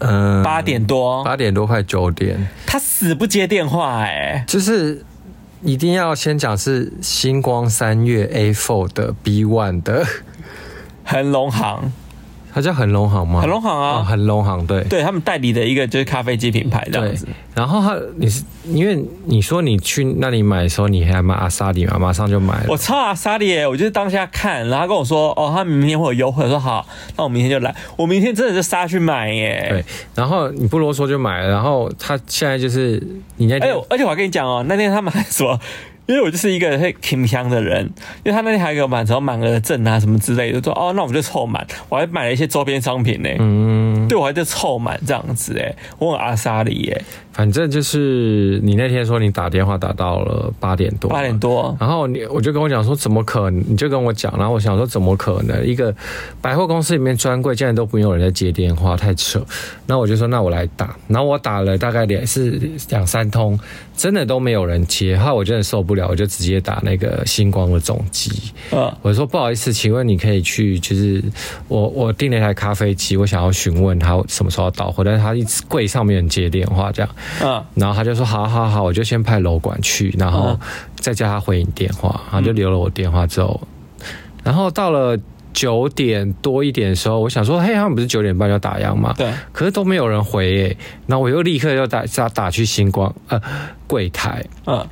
Speaker 3: 嗯，
Speaker 1: 八点多，
Speaker 3: 八点多快九点，
Speaker 1: 他死不接电话哎、
Speaker 3: 就是一定要先讲是星光三月 A Four 的 B One 的，
Speaker 1: 恒隆行
Speaker 3: 它叫恒隆行吗？
Speaker 1: 恒隆行啊
Speaker 3: 哦恒隆行对
Speaker 1: 对他们代理的一个就是咖啡机品牌这样
Speaker 3: 对
Speaker 1: 子。。
Speaker 3: 然后他你是因为你说你去那里买的时候，你还买阿萨里嘛，马上就买了
Speaker 1: 我。超阿莎莉耶，我就是当下看，然后他跟我说，哦，他明天会有优惠，我说好，那我明天就来。我明天真的是杀去买哎耶。
Speaker 3: 对，然后你不啰嗦就买了，然后他现在就是你那
Speaker 1: 哎
Speaker 3: 天
Speaker 1: 呦，而且我还跟你讲哦，那天他们还说， 因为我就是一个会挺香的人，因为他那天还给我买什么满额赠啊什么之类的，就说哦，那我们就凑满，我还买了一些周边商品呢、
Speaker 3: 嗯，
Speaker 1: 对，我还就凑满这样子哎、我很阿莎里耶、
Speaker 3: 反正就是你那天说你打电话打到了八点多，
Speaker 1: 八点多，
Speaker 3: 然后你我就跟我讲说怎么可能？你就跟我讲，然后我想说怎么可能？一个百货公司里面专柜竟然都没有人在接电话，太扯。然后我就说那我来打，然后我打了大概两是两三通，真的都没有人接，后来我真的受不了，我就直接打那个星光的总机。
Speaker 1: 呃，
Speaker 3: 我说不好意思，请问你可以去，就是我我订了一台咖啡机，我想要询问他什么时候要到货，但是他一直柜上没有人接电话这样。
Speaker 1: 嗯，
Speaker 3: 然后他就说好好好，我就先派楼管去，然后
Speaker 1: 嗯
Speaker 3: 再叫他回你电话，他就留了我电话之后，然后到了九点多一点的时候，我想说，嘿，他们不是九点半就打烊吗？
Speaker 1: 对，
Speaker 3: 可是都没有人回耶，然后我又立刻又打打打去星光呃柜台，
Speaker 1: 嗯，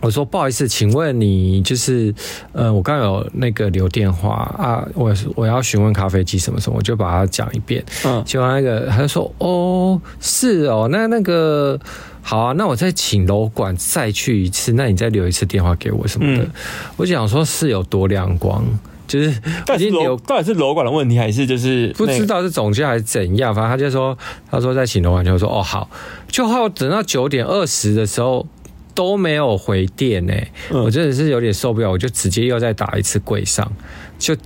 Speaker 3: 我说不好意思，请问你就是呃，我刚有那个留电话啊，我我要询问咖啡机什么什么，我就把它讲一遍。
Speaker 1: 嗯，
Speaker 3: 结果那个他就说哦，是哦，那那个好啊，那我再请楼管再去一次，那你再留一次电话给我什么的。
Speaker 1: 嗯
Speaker 3: 我想说是有多亮光，就是我
Speaker 1: 到
Speaker 3: 已
Speaker 1: 底
Speaker 3: 经
Speaker 1: 是楼
Speaker 3: 留
Speaker 1: 到底是楼管的问题还是就是、
Speaker 3: 不知？道是总监还是怎样，反正他就说，他说在请楼管，就说哦好，就后来等到九点二十的时候都没有回电呢、
Speaker 1: 嗯
Speaker 3: 我真的是有点受不了，我就直接又再打一次柜上，就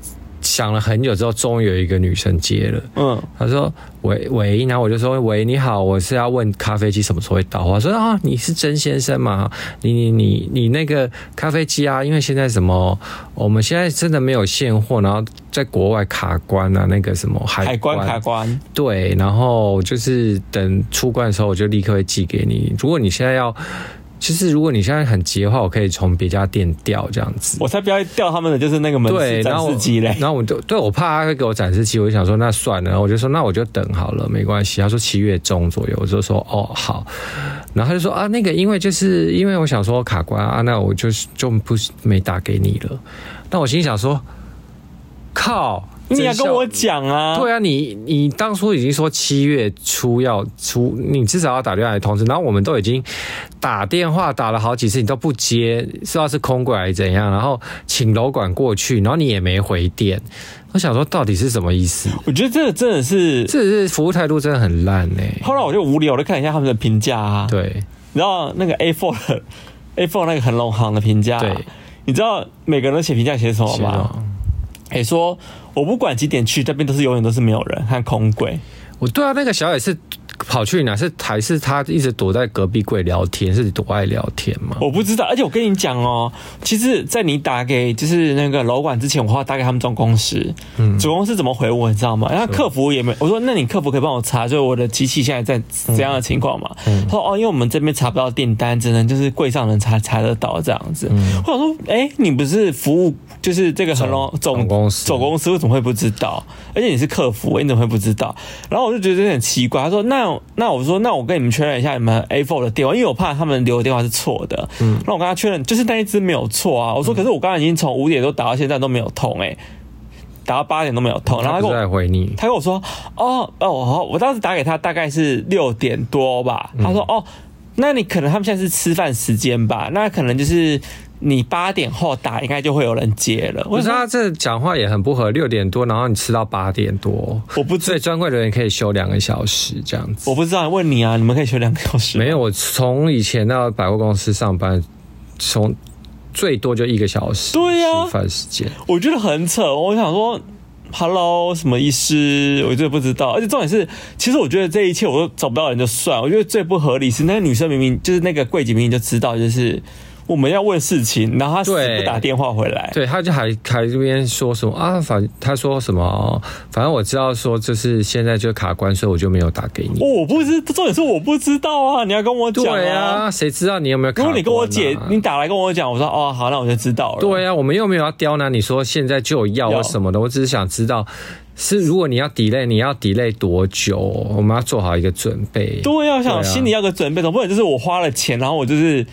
Speaker 3: 想了很久之后，终于有一个女生接了。
Speaker 1: 嗯，
Speaker 3: 她说：“喂喂，然后我就说：喂，你好，我是要问咖啡机什么时候会到货。”我说：啊，你是曾先生吗？你你你你那个咖啡机啊，因为现在什么，我们现在真的没有现货，然后在国外卡关啊，那个什么海
Speaker 1: 海关
Speaker 3: 关
Speaker 1: 卡关，
Speaker 3: 对，然后就是等出关的时候，我就立刻会寄给你。如果你现在要，就是如果你现在很急的话，我可以从别家店调这样子。
Speaker 1: 我才不要掉他们的就是那个门
Speaker 3: 对，
Speaker 1: 市
Speaker 3: 然
Speaker 1: 展
Speaker 3: 后我
Speaker 1: 示机嘞。
Speaker 3: 然后我就对我怕他会给我展示机，我就想说那算了，然后我就说那我就等好了，没关系。他说七月中左右，我就说哦好，然后他就说啊那个因为就是因为我想说卡关啊，那我就是就不没打给你了。但我心想说，靠，
Speaker 1: 你要
Speaker 3: 真
Speaker 1: 跟
Speaker 3: 笑
Speaker 1: 我讲啊，
Speaker 3: 对啊，你你当初已经说七月初要出，你至少要打电话来通知，然后我们都已经打电话打了好几次，你都不接，不知道是空柜还是怎样，然后请楼管过去，然后你也没回电，我想说到底是什么意思？
Speaker 1: 我觉得这个真的是，
Speaker 3: 这是服务态度真的很烂哎、
Speaker 1: 后来我就无聊，我就看一下他们的评价啊。
Speaker 3: 对
Speaker 1: 你知道那个 A4 的 A4 那个恒隆行的评价、
Speaker 3: 对，
Speaker 1: 你知道每个人都写评价写什么
Speaker 3: 是
Speaker 1: 吗？
Speaker 3: 哦
Speaker 1: 也说我不管几点去，这边都是永远都是没有人和空柜。
Speaker 3: 我对啊，那个小野是跑去哪？是还是他一直躲在隔壁柜聊天？是多爱聊天吗？
Speaker 1: 我不知道，而且我跟你讲哦，其实，在你打给就是那个楼管之前，我还要打给他们总公司，嗯，总公司怎么回我，你知道吗？然后客服也没，我说那你客服可以帮我查，就是我的机器现在在怎样的情况嘛？他说哦，因为我们这边查不到订单，只能就是柜上能查查得到这样子。我想说，哎、你不是服务就是这个恒隆总
Speaker 3: 总总公司
Speaker 1: 总公司为什么会不知道？而且你是客服，哎你怎么会不知道？然后我就觉得有点奇怪。他说：“那那我说那我跟你们确认一下你们 A4 的电话，因为我怕他们留的电话是错的。嗯，那我跟他确认，就是那一只没有错啊。我
Speaker 3: 嗯
Speaker 1: 说，可是我刚才已经从五点多打到现在都没有通、欸，打到八点都没有通。然后他
Speaker 3: 他不
Speaker 1: 跟
Speaker 3: 是在
Speaker 1: 我
Speaker 3: 回你，
Speaker 1: 他跟我说，哦哦，好，我当时打给他大概是六点多吧。
Speaker 3: 嗯
Speaker 1: 他说，哦，那你可能他们现在是吃饭时间吧？那可能就是你八点后打，应该就会有人接了。
Speaker 3: 不
Speaker 1: 我
Speaker 3: 是
Speaker 1: 说
Speaker 3: 啊他这讲话也很不合，六点多，然后你吃到八点多，
Speaker 1: 我不
Speaker 3: 所
Speaker 1: 知
Speaker 3: 以专柜人员可以休两个小时这样子。
Speaker 1: 我不知道，问你啊，你们可以学两个小时吗
Speaker 3: 没有，我从以前到百货公司上班，从最多就一个小时，
Speaker 1: 对啊
Speaker 3: 吃饭时间。
Speaker 1: 我觉得很扯，我想说， “hello” 什么意思，我真的不知道。而且重点是，其实我觉得这一切我都找不到人就算，我觉得最不合理是那个女生明明就是那个柜姐明明就知道，就是我们要问事情，然后她死
Speaker 3: 对
Speaker 1: 不打电话回来。
Speaker 3: 对，他就还还这边说什么啊？反他说什么？反正我知道说，就是现在就卡关，所以我就没有打给你。
Speaker 1: 哦我不知，重点是我不知道啊！你要跟我讲
Speaker 3: 对啊，谁知道你有没有卡
Speaker 1: 如
Speaker 3: 关啊、
Speaker 1: 果你跟我姐，你打来跟我讲，我说哦好，那我就知道了。
Speaker 3: 对啊呀、我们又没有要刁难你说现在就有药
Speaker 1: 要
Speaker 3: 或什么的，我只是想知道是如果你要 delay，你要 delay 多久？我们要做好一个准备。
Speaker 1: 对呀、我
Speaker 3: 对啊
Speaker 1: 想心里要有个准备，总不能就是我花了钱，然后我就是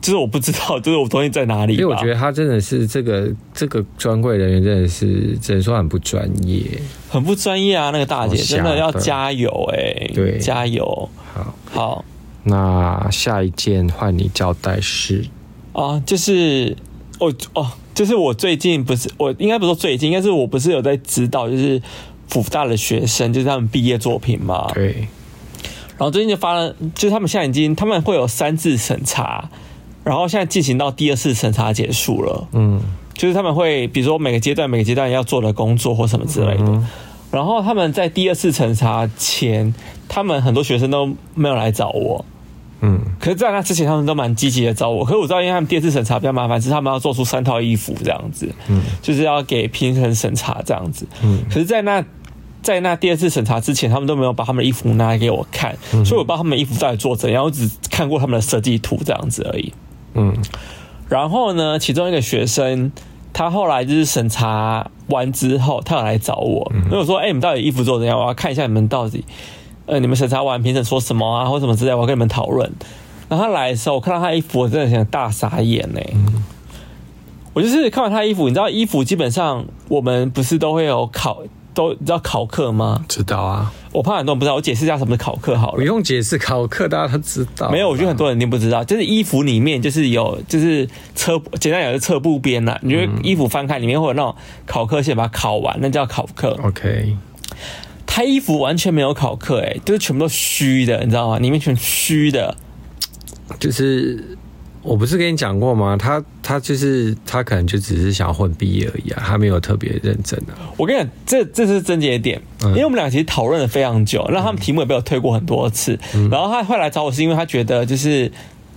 Speaker 1: 就是我不知道，就是我东西在哪里吧。
Speaker 3: 因为我觉得他真的是这个这个专柜人员真的是只能说很不专业。
Speaker 1: 很不专业啊，那个大姐
Speaker 3: 好瞎
Speaker 1: 真的要
Speaker 3: 对
Speaker 1: 加油哎、
Speaker 3: 哦对
Speaker 1: 加油。
Speaker 3: 好，
Speaker 1: 好
Speaker 3: 那下一件换你交代是
Speaker 1: 啊，就是我哦，就是我最近不是我应该不是说最近，应该是我不是有在指导，就是辅大的学生，就是他们毕业作品嘛。
Speaker 3: 对，
Speaker 1: 然后最近就发了，就是他们现在已经他们会有三次审查，然后现在进行到第二次审查结束了。
Speaker 3: 嗯，
Speaker 1: 就是他们会比如说每个阶段每个阶段要做的工作或什么之类的。然后他们在第二次审查前，他们很多学生都没有来找我。
Speaker 3: 嗯，
Speaker 1: 可是，在那之前，他们都蛮积极的找我。可是我知道，因为他们第二次审查比较麻烦，是他们要做出三套衣服这样子，嗯，就是要给评审审查这样子。嗯，可是，在那在那第二次审查之前，他们都没有把他们的衣服拿来给我看，所以我不知道他们的衣服到底做怎样，我只看过他们的设计图这样子而已。
Speaker 3: 嗯，
Speaker 1: 然后呢，其中一个学生，他后来就是审查完之后，他有来找我，因为我说：“哎、你们到底衣服做怎样？我要看一下你们到底，呃，你们审查完评审说什么啊，或什么之类，我要跟你们讨论。”然后他来的时候，我看到他衣服，我真的想大傻眼呢、我就是看完他衣服，你知道衣服基本上我们不是都会有考，都你知道考课吗？
Speaker 3: 知道啊，
Speaker 1: 我怕很多人不知道，我解释一下什么是考课好了
Speaker 3: 不。用解释，考课大家都知道。
Speaker 1: 没有，我觉得很多人一定不知道，就是衣服里面就是有，就是车简单讲就是侧布边啦。你觉得衣服翻开里面会有那种烤刻线，把它烤完，那叫烤刻。
Speaker 3: 哦 OK，
Speaker 1: 他衣服完全没有烤刻，哎，就是全部都虚的，你知道吗？里面全虚的。
Speaker 3: 就是我不是跟你讲过吗？他他就是他可能就只是想要混毕业而已啊，他没有特别认真啊。
Speaker 1: 我跟你讲，这这是症结点，
Speaker 3: 嗯
Speaker 1: 因为我们俩其实讨论了非常久，然后他们题目也被我推过很多次，
Speaker 3: 嗯
Speaker 1: 然后他会来找我是因为他觉得就是。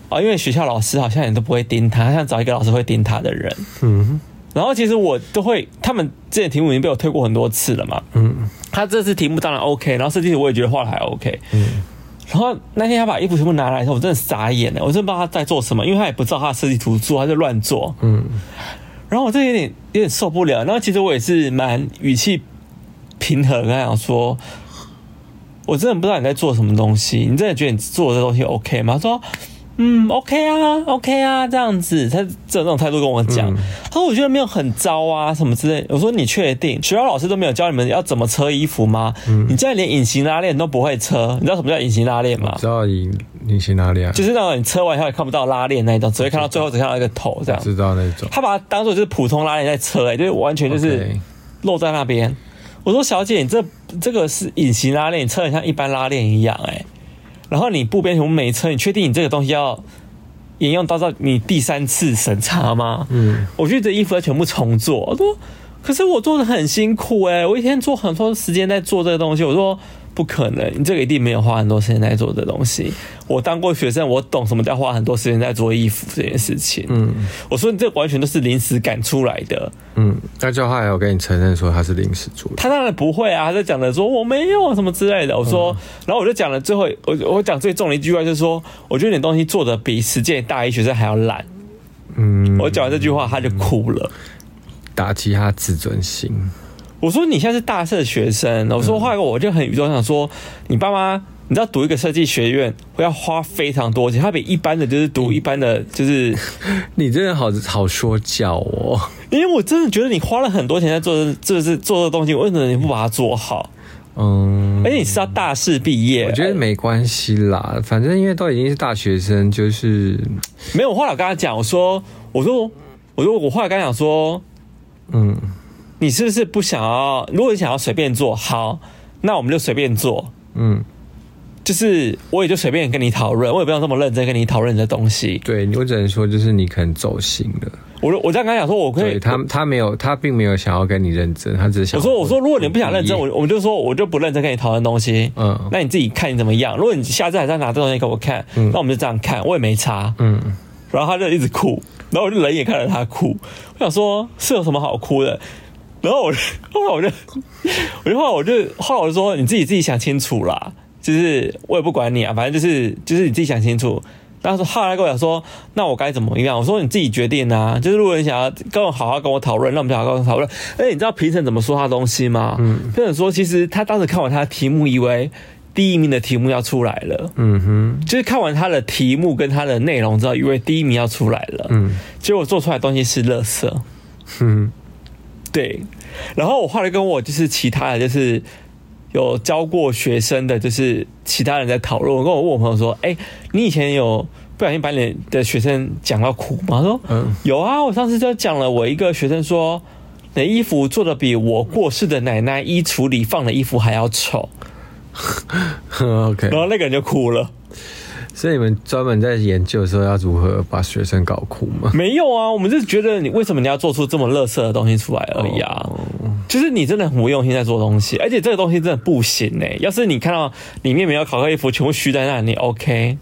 Speaker 1: 哦，因为学校老师好像也都不会盯他，他想找一个老师会盯他的人。
Speaker 3: 嗯
Speaker 1: 然后其实我都会，他们之前题目已经被我推过很多次了嘛。
Speaker 3: 嗯，
Speaker 1: 他这次题目当然 OK，然后设计我也觉得画的还 OK。然
Speaker 3: 嗯
Speaker 1: 后那天他把衣服全部拿来的时候，我真的傻眼了，我真的不知道他在做什么，因为他也不知道他的设计图做，他就乱做。
Speaker 3: 嗯，
Speaker 1: 然后我这有点有点受不了。然后其实我也是蛮语气平和跟他讲说，我真的不知道你在做什么东西，你真的觉得你做的这东西 OK 吗？他说。嗯，OK 啊，OK 啊，这样子，他这种态度跟我讲，他说我觉得没有很糟啊，什么之类。我说你确定？学校老师都没有教你们要怎么车衣服吗？你竟然连隐形拉链都不会车，你知道什么叫隐形拉链吗？
Speaker 3: 知道你你去哪里啊？
Speaker 1: 就是那种你车完以后也看不到拉链那一种，只会看到最后只看到一个头这样。
Speaker 3: 知道那种。
Speaker 1: 他把它当做就是普通拉链在车、欸，就是完全就是
Speaker 3: OK
Speaker 1: 露在那边。我说小姐，你这这个是隐形拉链，你车很像一般拉链一样、欸，然后你布边全部没车，你确定你这个东西要沿用到到你第三次审查吗？
Speaker 3: 嗯，
Speaker 1: 我觉得这衣服要全部重做。我说，可是我做的很辛苦哎、我一天做很多时间在做这个东西。我说不可能，你这个一定没有花很多时间在做这东西。我当过学生，我懂什么叫花很多时间在做衣服这件事情。嗯，我说你这完全都是临时赶出来的。
Speaker 3: 嗯，那就后来我跟你承认说他是临时做的。
Speaker 1: 他当然不会啊，他就讲的说我没有什么之类的。我
Speaker 3: 嗯
Speaker 1: 说，然后我就讲了最后，我我讲最重的一句话就是说，我觉得你的东西做的比实践大一学生还要烂。
Speaker 3: 嗯，
Speaker 1: 我讲完这句话，他就哭了。
Speaker 3: 打击他自尊心。
Speaker 1: 我说你现在是大四的学生，我
Speaker 3: 嗯
Speaker 1: 说话我就很宇宙想说，你爸妈，你知道读一个设计学院会要花非常多钱，它比一般的就是读
Speaker 3: 嗯
Speaker 1: 一般的就是，
Speaker 3: 你真的好好说教哦。
Speaker 1: 因为我真的觉得你花了很多钱在做这，就是做这东西，为什么你不把它做好？
Speaker 3: 嗯
Speaker 1: 而，且你是要大四毕业，
Speaker 3: 我觉得没关系啦，反正因为都已经是大学生，就是
Speaker 1: 没有。我后来我跟他讲，我说，我说，我说，我后来跟他讲说，
Speaker 3: 嗯，
Speaker 1: 你是不是不想要？如果你想要随便做，好，那我们就随便做。
Speaker 3: 嗯，
Speaker 1: 就是我也就随便跟你讨论，我也不用这么认真跟你讨论你的东西。
Speaker 3: 对我只能说，就是你可能走心了。
Speaker 1: 我就我这样跟他讲说，我可以
Speaker 3: 对他，他没有，他并没有想要跟你认真，他只是想。
Speaker 1: 我说我说，如果你不想认真，我我们就说我就不认真跟你讨论东西。
Speaker 3: 嗯
Speaker 1: 那你自己看你怎么样。如果你下次还在拿这东西给我看，那我们就这样看，我也没差。
Speaker 3: 嗯，
Speaker 1: 然后他就一直哭，然后我就冷眼看着他哭，我想说是有什么好哭的。然后我就 后来我就，我就后来我就后来我就说你自己自己想清楚啦，就是我也不管你啊，反正就是就是你自己想清楚。然后他说后来他跟我讲说，那我该怎么样？我说你自己决定啊，就是如果你想要跟我好好跟我讨论，那我们就好好跟我讨论。而且你知道评审怎么说他的东西吗？评审说其实他当时看完他的题目，以为第一名的题目要出来了。
Speaker 3: 嗯哼，
Speaker 1: 就是看完他的题目跟他的内容之后，以为第一名要出来了，
Speaker 3: 嗯
Speaker 1: 结果做出来的东西是垃圾。
Speaker 3: 哼，
Speaker 1: 对，然后我后来跟我就是其他的就是有教过学生的，就是其他人在讨论，我跟我问我朋友说，哎、你以前有不小心把你的学生讲到哭吗？他说
Speaker 3: 嗯，
Speaker 1: 有啊，我上次就讲了，我一个学生说。你的衣服做的比我过世的奶奶衣橱里放的衣服还要丑，
Speaker 3: 哼，OK 嗯
Speaker 1: 然。后那个人就哭了。
Speaker 3: 所以你们专门在研究的时候要如何把学生搞哭吗？
Speaker 1: 没有啊，我们就是觉得你为什么你要做出这么垃圾的东西出来而已啊？就是你真的很无用心在做东西，而且这个东西真的不行哎、要是你看到里面没有烤克衣服，全部虚在那里，OK？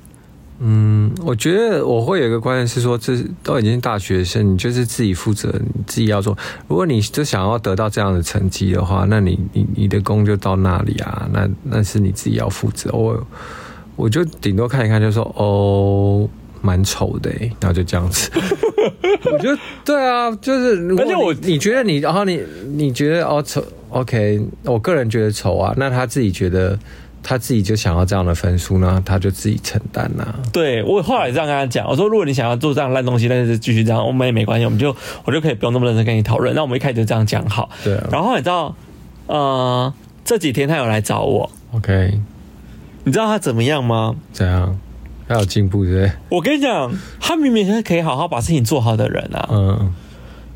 Speaker 3: 嗯，我觉得我会有一个观念是说，这都已经是大学生，你就是自己负责，你自己要做。如果你就想要得到这样的成绩的话，那你你你的功就到那里啊，那那是你自己要负责。我我就顶多看一看，就说哦，蛮丑的、欸，然后就这样 子。我觉得对啊，就是如果
Speaker 1: 而且我
Speaker 3: 你你觉得你，然后你你觉得哦丑，OK，我个人觉得丑啊，那他自己觉得。他自己就想要这样的分数，那他就自己承担啊呐、
Speaker 1: 对我后来这样跟他讲，我说如果你想要做这样烂东西，但是继续这样，我们也没关系，我们就我就可以不用那么认真跟你讨论。那我们一开始就这样讲好。
Speaker 3: 对啊
Speaker 1: 然后你知道，呃，这几天他有来找我，
Speaker 3: OK，
Speaker 1: 你知道他怎么样吗？
Speaker 3: 怎样？他有进步对不对？
Speaker 1: 我跟你讲，他明明是可以好好把事情做好的人啊，
Speaker 3: 嗯，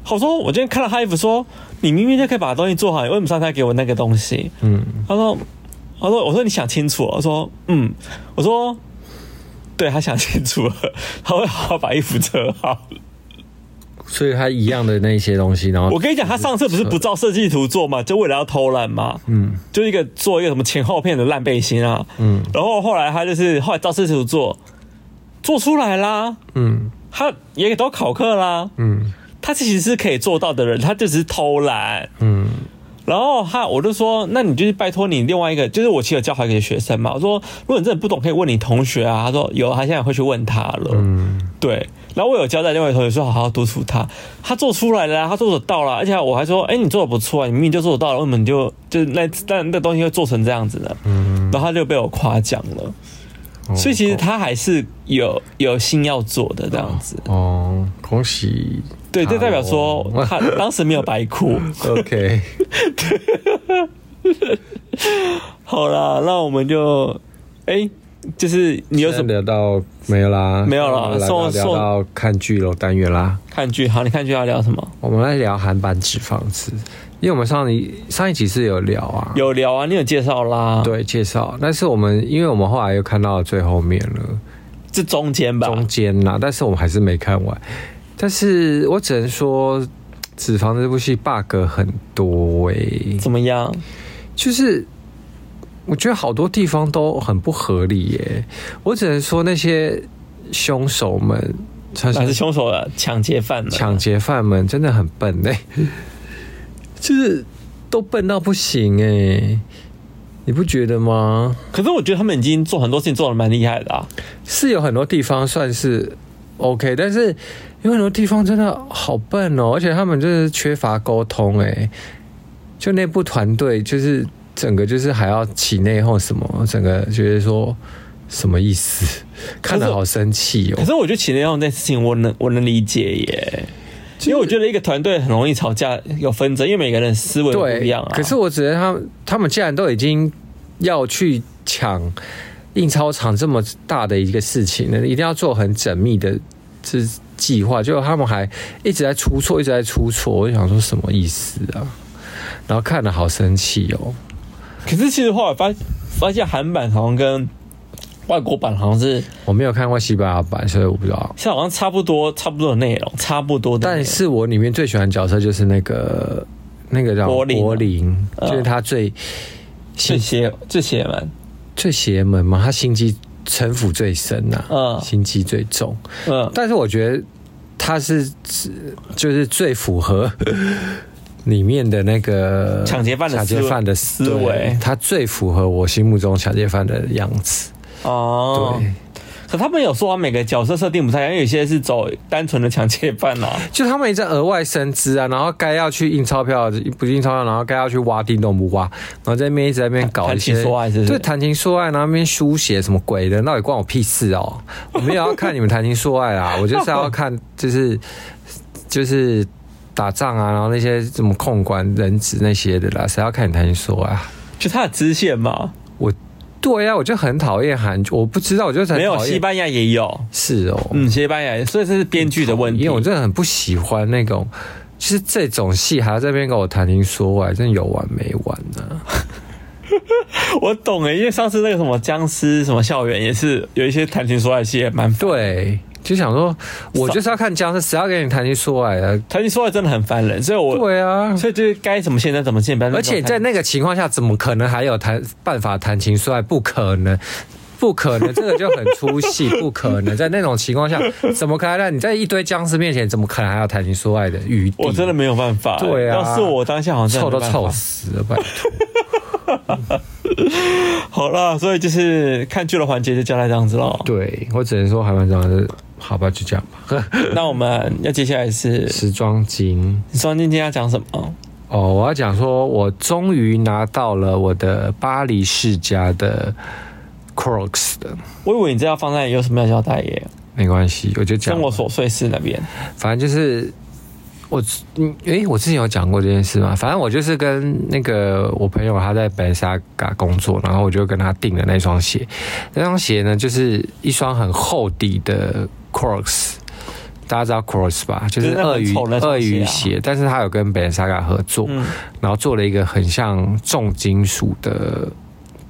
Speaker 1: 我说我今天看了他衣服说，你明明就可以把东西做好，你为什么上次还给我那个东西？
Speaker 3: 嗯，
Speaker 1: 他说，他说，我说你想清楚了。我说，嗯，我说，对他想清楚了， 他会好好把衣服折好。
Speaker 3: 所以他一样的那些东西，然后
Speaker 1: 我跟你讲，他上次不是不照设计图做嘛，就为了要偷懒嘛，
Speaker 3: 嗯
Speaker 1: 就一个做一个什么前后片的烂背心啊。
Speaker 3: 嗯
Speaker 1: 然后后来他就是后来照设计图做，做出来啦，
Speaker 3: 嗯
Speaker 1: 他也都考课啦。
Speaker 3: 嗯
Speaker 1: 他其实是可以做到的人，他就只是偷懒。
Speaker 3: 嗯
Speaker 1: 然后他我就说，那你就是拜托你另外一个，就是我其实有教好一个学生嘛，我说如果你真的不懂，可以问你同学啊。他说有，他现在会去问他了。
Speaker 3: 嗯，
Speaker 1: 对，然后我有交代另外一个同学说，好好督促他，他做出来了啊，他做得到了，而且我还说，哎，你做的不错啊，你明明就做得到了，为什么你就就是那那那东西会做成这样子呢？然后他就被我夸奖了，
Speaker 3: 嗯哦
Speaker 1: 所以其实他还是有有心要做的这样子。
Speaker 3: 哦，恭喜
Speaker 1: 对，这代表说
Speaker 3: 他咯
Speaker 1: 他当时没有白 哭。
Speaker 3: OK，
Speaker 1: 好啦，那我们就，哎、就是你有
Speaker 3: 有
Speaker 1: 什
Speaker 3: 什
Speaker 1: 么
Speaker 3: 么聊到没有啦？
Speaker 1: 没有啦
Speaker 3: 那我们来
Speaker 1: 送
Speaker 3: 聊
Speaker 1: 送
Speaker 3: 到看剧楼单元啦。
Speaker 1: 看剧？好，你看剧要聊什么？
Speaker 3: 我们来聊韩版脂肪子，因为我们上一上一集是有聊啊，
Speaker 1: 有聊啊，你有介绍啦。，
Speaker 3: 对介绍，啊但是我们因为我们后来又看到最后面了。
Speaker 1: 这中间吧。
Speaker 3: 中间啦，但是我们还是没看完。但是我只能说，《脂肪》这部戏 bug 很多欸诶、
Speaker 1: 怎么样？
Speaker 3: 就是我觉得好多地方都很不合理耶、我只能说那些凶手们，他
Speaker 1: 哪是凶手了？抢劫犯了？
Speaker 3: 抢劫犯们真的很笨哎、就是都笨到不行哎、你不觉得吗？
Speaker 1: 可是我觉得他们已经做很多事情做的蛮厉害的啊。
Speaker 3: 是有很多地方算是 OK，但是有很多地方真的好笨哦，而且他们就是缺乏沟通哎，就内部团队就是整个就是还要起内讧什么，整个觉得说什么意思，看得好生气哦
Speaker 1: 可。是我觉得起内用这件事情，我能我能理解耶。因为我觉得一个团队很容易吵架、有纷争，因为每个人思维不一
Speaker 3: 对
Speaker 1: 样啊。
Speaker 3: 可是我只能他们他们既然都已经要去抢印钞厂这么大的一个事情了，一定要做很缜密的这计划，结果他们还一直在出错，一直在出错，我就想说什么意思啊？然后看了好生气哦，
Speaker 1: 可是其实后来发发现韩版好像跟外国版好像是，
Speaker 3: 我没有看过西班牙版，所以我不知道。
Speaker 1: 是好像差不多差不多的内容，差不多的内容。
Speaker 3: 但是我里面最喜欢的角色就是那个那个叫
Speaker 1: 柏林啊
Speaker 3: 柏林，
Speaker 1: 嗯
Speaker 3: 就是 他最
Speaker 1: 这些这些人，
Speaker 3: 最邪门嘛，他心机城府最深呐、
Speaker 1: 嗯
Speaker 3: 心机最重。
Speaker 1: 嗯，
Speaker 3: 但是我觉得他是就是最 符合里面的那个
Speaker 1: 抢劫犯的
Speaker 3: 抢劫
Speaker 1: 思
Speaker 3: 犯的
Speaker 1: 思
Speaker 3: 对
Speaker 1: 维
Speaker 3: 他最符合我心目中抢劫犯的样子。
Speaker 1: 哦
Speaker 3: 对，
Speaker 1: 可他们有说啊，每个角色设定不太一样，因为有些是走单纯的抢劫犯 啊，
Speaker 3: 就他们一直在额外生资啊，然后该要去印钞票不印钞票，然后该要去挖地洞不挖，然后在那边一直在那边搞
Speaker 1: 谈
Speaker 3: 一些
Speaker 1: 情说爱是不是
Speaker 3: 对谈情说爱，然后在那边书写什么鬼的，那也关我屁事哦！我没有要看你们谈情说爱啊， 我就是要看就是就是打仗啊，然后那些什么控管人质那些的啦，谁要看你谈情说爱、啊？
Speaker 1: 就他的支线嘛，
Speaker 3: 我对呀、啊，我就很讨厌韩剧，我不知道，我就很
Speaker 1: 没有
Speaker 3: 讨厌
Speaker 1: 西班牙也有，
Speaker 3: 是哦，
Speaker 1: 嗯，西班牙也，所以这是编剧的问
Speaker 3: 因
Speaker 1: 题
Speaker 3: 为。我真的很不喜欢那种，就是这种戏还要在那边跟我谈情说爱，真的有完没完呢、
Speaker 1: 我懂欸诶、因为上次那个什么僵尸什么校园也是有一些谈情说爱戏也蛮烦，
Speaker 3: 对，就想说，我就是要看僵尸，谁要跟你谈情说爱啊？
Speaker 1: 谈情说爱真的很烦人，所以我
Speaker 3: 对啊，
Speaker 1: 所以就是该怎么现在怎么现在，
Speaker 3: 而且在那个情况下，怎么可能还有谈办法谈情说爱？不可能。不可能，这个就很出戏，不可能。在那种情况下，怎么可能？你在一堆僵尸面前，怎么可能还有谈情说爱的余地？
Speaker 1: 我真的没有办法、
Speaker 3: 对啊
Speaker 1: 要是我当下好像真的没
Speaker 3: 臭都
Speaker 1: 办法
Speaker 3: 臭死了，拜托。
Speaker 1: 好啦，所以就是看剧的环节就交代这样子喽。
Speaker 3: 对我只能说，海湾长是好吧，就这样吧。
Speaker 1: 那我们要接下来是
Speaker 3: 时装精。
Speaker 1: 双晶今天要讲什么？
Speaker 3: 哦，我要讲说，我终于拿到了我的巴黎世家的 Crocs 的，
Speaker 1: 我以为你这要放在有什么要交代耶，
Speaker 3: 没关系，我就讲
Speaker 1: 生，活琐碎事那边。
Speaker 3: 反正就是我，嗯，诶，我之前有讲过这件事吗？反正我就是跟那个我朋友他在北沙嘎工作，然后我就跟他订了那双鞋，那双鞋呢就是一双很厚底的 Crocs。大家知道 Crocs 吧，就
Speaker 1: 就是是那很
Speaker 3: 鳄鱼
Speaker 1: 丑的那双
Speaker 3: 鳄鱼
Speaker 1: 鞋啊
Speaker 3: 鞋，但是他有跟北沙嘎合作，
Speaker 1: 嗯，
Speaker 3: 然后做了一个很像重金属的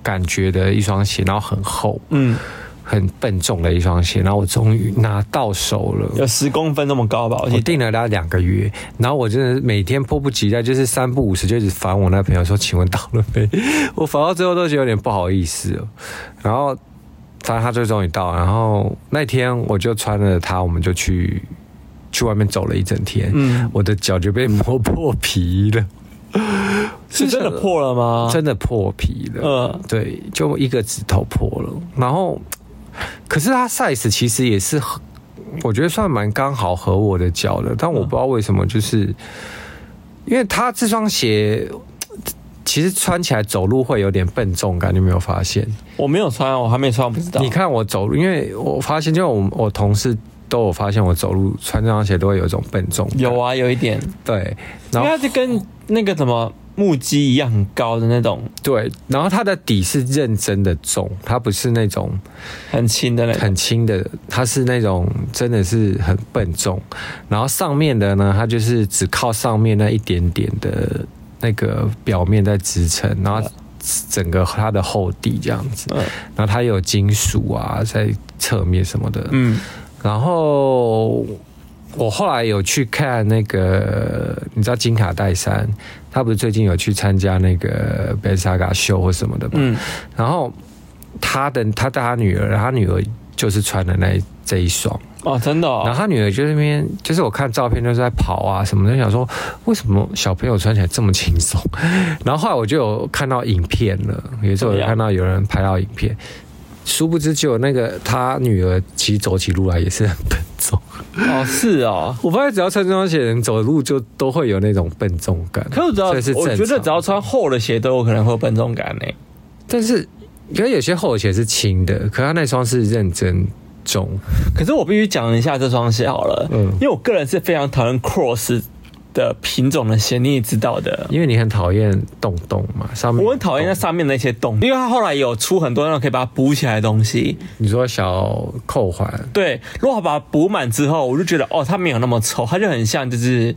Speaker 3: 感觉的一双鞋，然后很厚、
Speaker 1: 嗯，
Speaker 3: 很笨重的一双鞋，然后我终于拿到手了
Speaker 1: 有。十公分这么高吧？我记
Speaker 3: 我
Speaker 1: 得
Speaker 3: 订了大概两个月，然后我真的是每天迫不及待，就是三不五时就一直烦我那朋友说：“请问到了没？” 我烦到最后都觉得有点不好意思了。然后，反正他最终也到了，然后那天我就穿着它，我们就去去外面走了一整天，
Speaker 1: 嗯
Speaker 3: 我的脚就被磨破皮了。
Speaker 1: 是真的破了吗？
Speaker 3: 真的破皮了。
Speaker 1: 啊嗯
Speaker 3: 对，就一个指头破了。然后，可是它 size 其实也是很，我觉得算蛮刚好合我的脚的，但我不知道为什么，就是、因为它这双鞋。其实穿起来走路会有点笨重感，你有没有发现？
Speaker 1: 我没有穿，啊我还没穿，我不知道。
Speaker 3: 你，看我走路，因为我发现，就我我同事都有发现，我走路穿这双鞋都会有一种笨重感。
Speaker 1: 有啊，有一点，
Speaker 3: 对，
Speaker 1: 因
Speaker 3: 然
Speaker 1: 为
Speaker 3: 后
Speaker 1: 它就跟那个什么木屐一样很高的那种，
Speaker 3: 对，然后它的底是认真的重，它不是那种
Speaker 1: 很轻的那种。
Speaker 3: 很轻的，它是那种真的是很笨重，然后上面的呢，它就是只靠上面那一点点的那个表面在支撑，然后整个它的厚底这样子，
Speaker 1: 嗯
Speaker 3: 然后它有金属啊在侧面什么的，
Speaker 1: 嗯，
Speaker 3: 然后我后来有去看那个，你知道金卡戴珊，他不是最近有去参加那个贝萨嘎秀或什么的吗？
Speaker 1: 嗯
Speaker 3: 然后他的他带他女儿，他女儿就是穿的那一这一双，
Speaker 1: 哦，真的、
Speaker 3: 然
Speaker 1: 哦
Speaker 3: 后。他女儿就在那边，就是我看照片就是在跑啊什么的，就想说为什么小朋友穿起来这么轻松？ 然后后来我就有看到影片了，有一次我
Speaker 1: 怎么
Speaker 3: 有
Speaker 1: 样
Speaker 3: 看到有人拍到影片，殊不知只有那个他女儿其实走起路来也是很笨重。
Speaker 1: 哦，是哦。
Speaker 3: 我发现只要穿这双鞋，人走路就都会有那种笨重感。
Speaker 1: 可是我只要，
Speaker 3: 这是正
Speaker 1: 我
Speaker 3: 常
Speaker 1: 觉得只要穿厚的鞋都有可能会有笨重感呢、
Speaker 3: 但是可是有些厚鞋是轻的，可他那双是认真重。
Speaker 1: 可是我必须讲一下这双鞋好了，
Speaker 3: 嗯
Speaker 1: 因为我个人是非常讨厌 Cross 的品种的鞋，你也知道的。
Speaker 3: 因为你很讨厌洞洞嘛，上面
Speaker 1: 我很讨厌那
Speaker 3: 有洞
Speaker 1: 上面那些洞，因为它后来有出很多那种可以把它补起来的东西。
Speaker 3: 你说小扣环，
Speaker 1: 对，如果把它补满之后，我就觉得哦，它没有那么丑，它就很像就是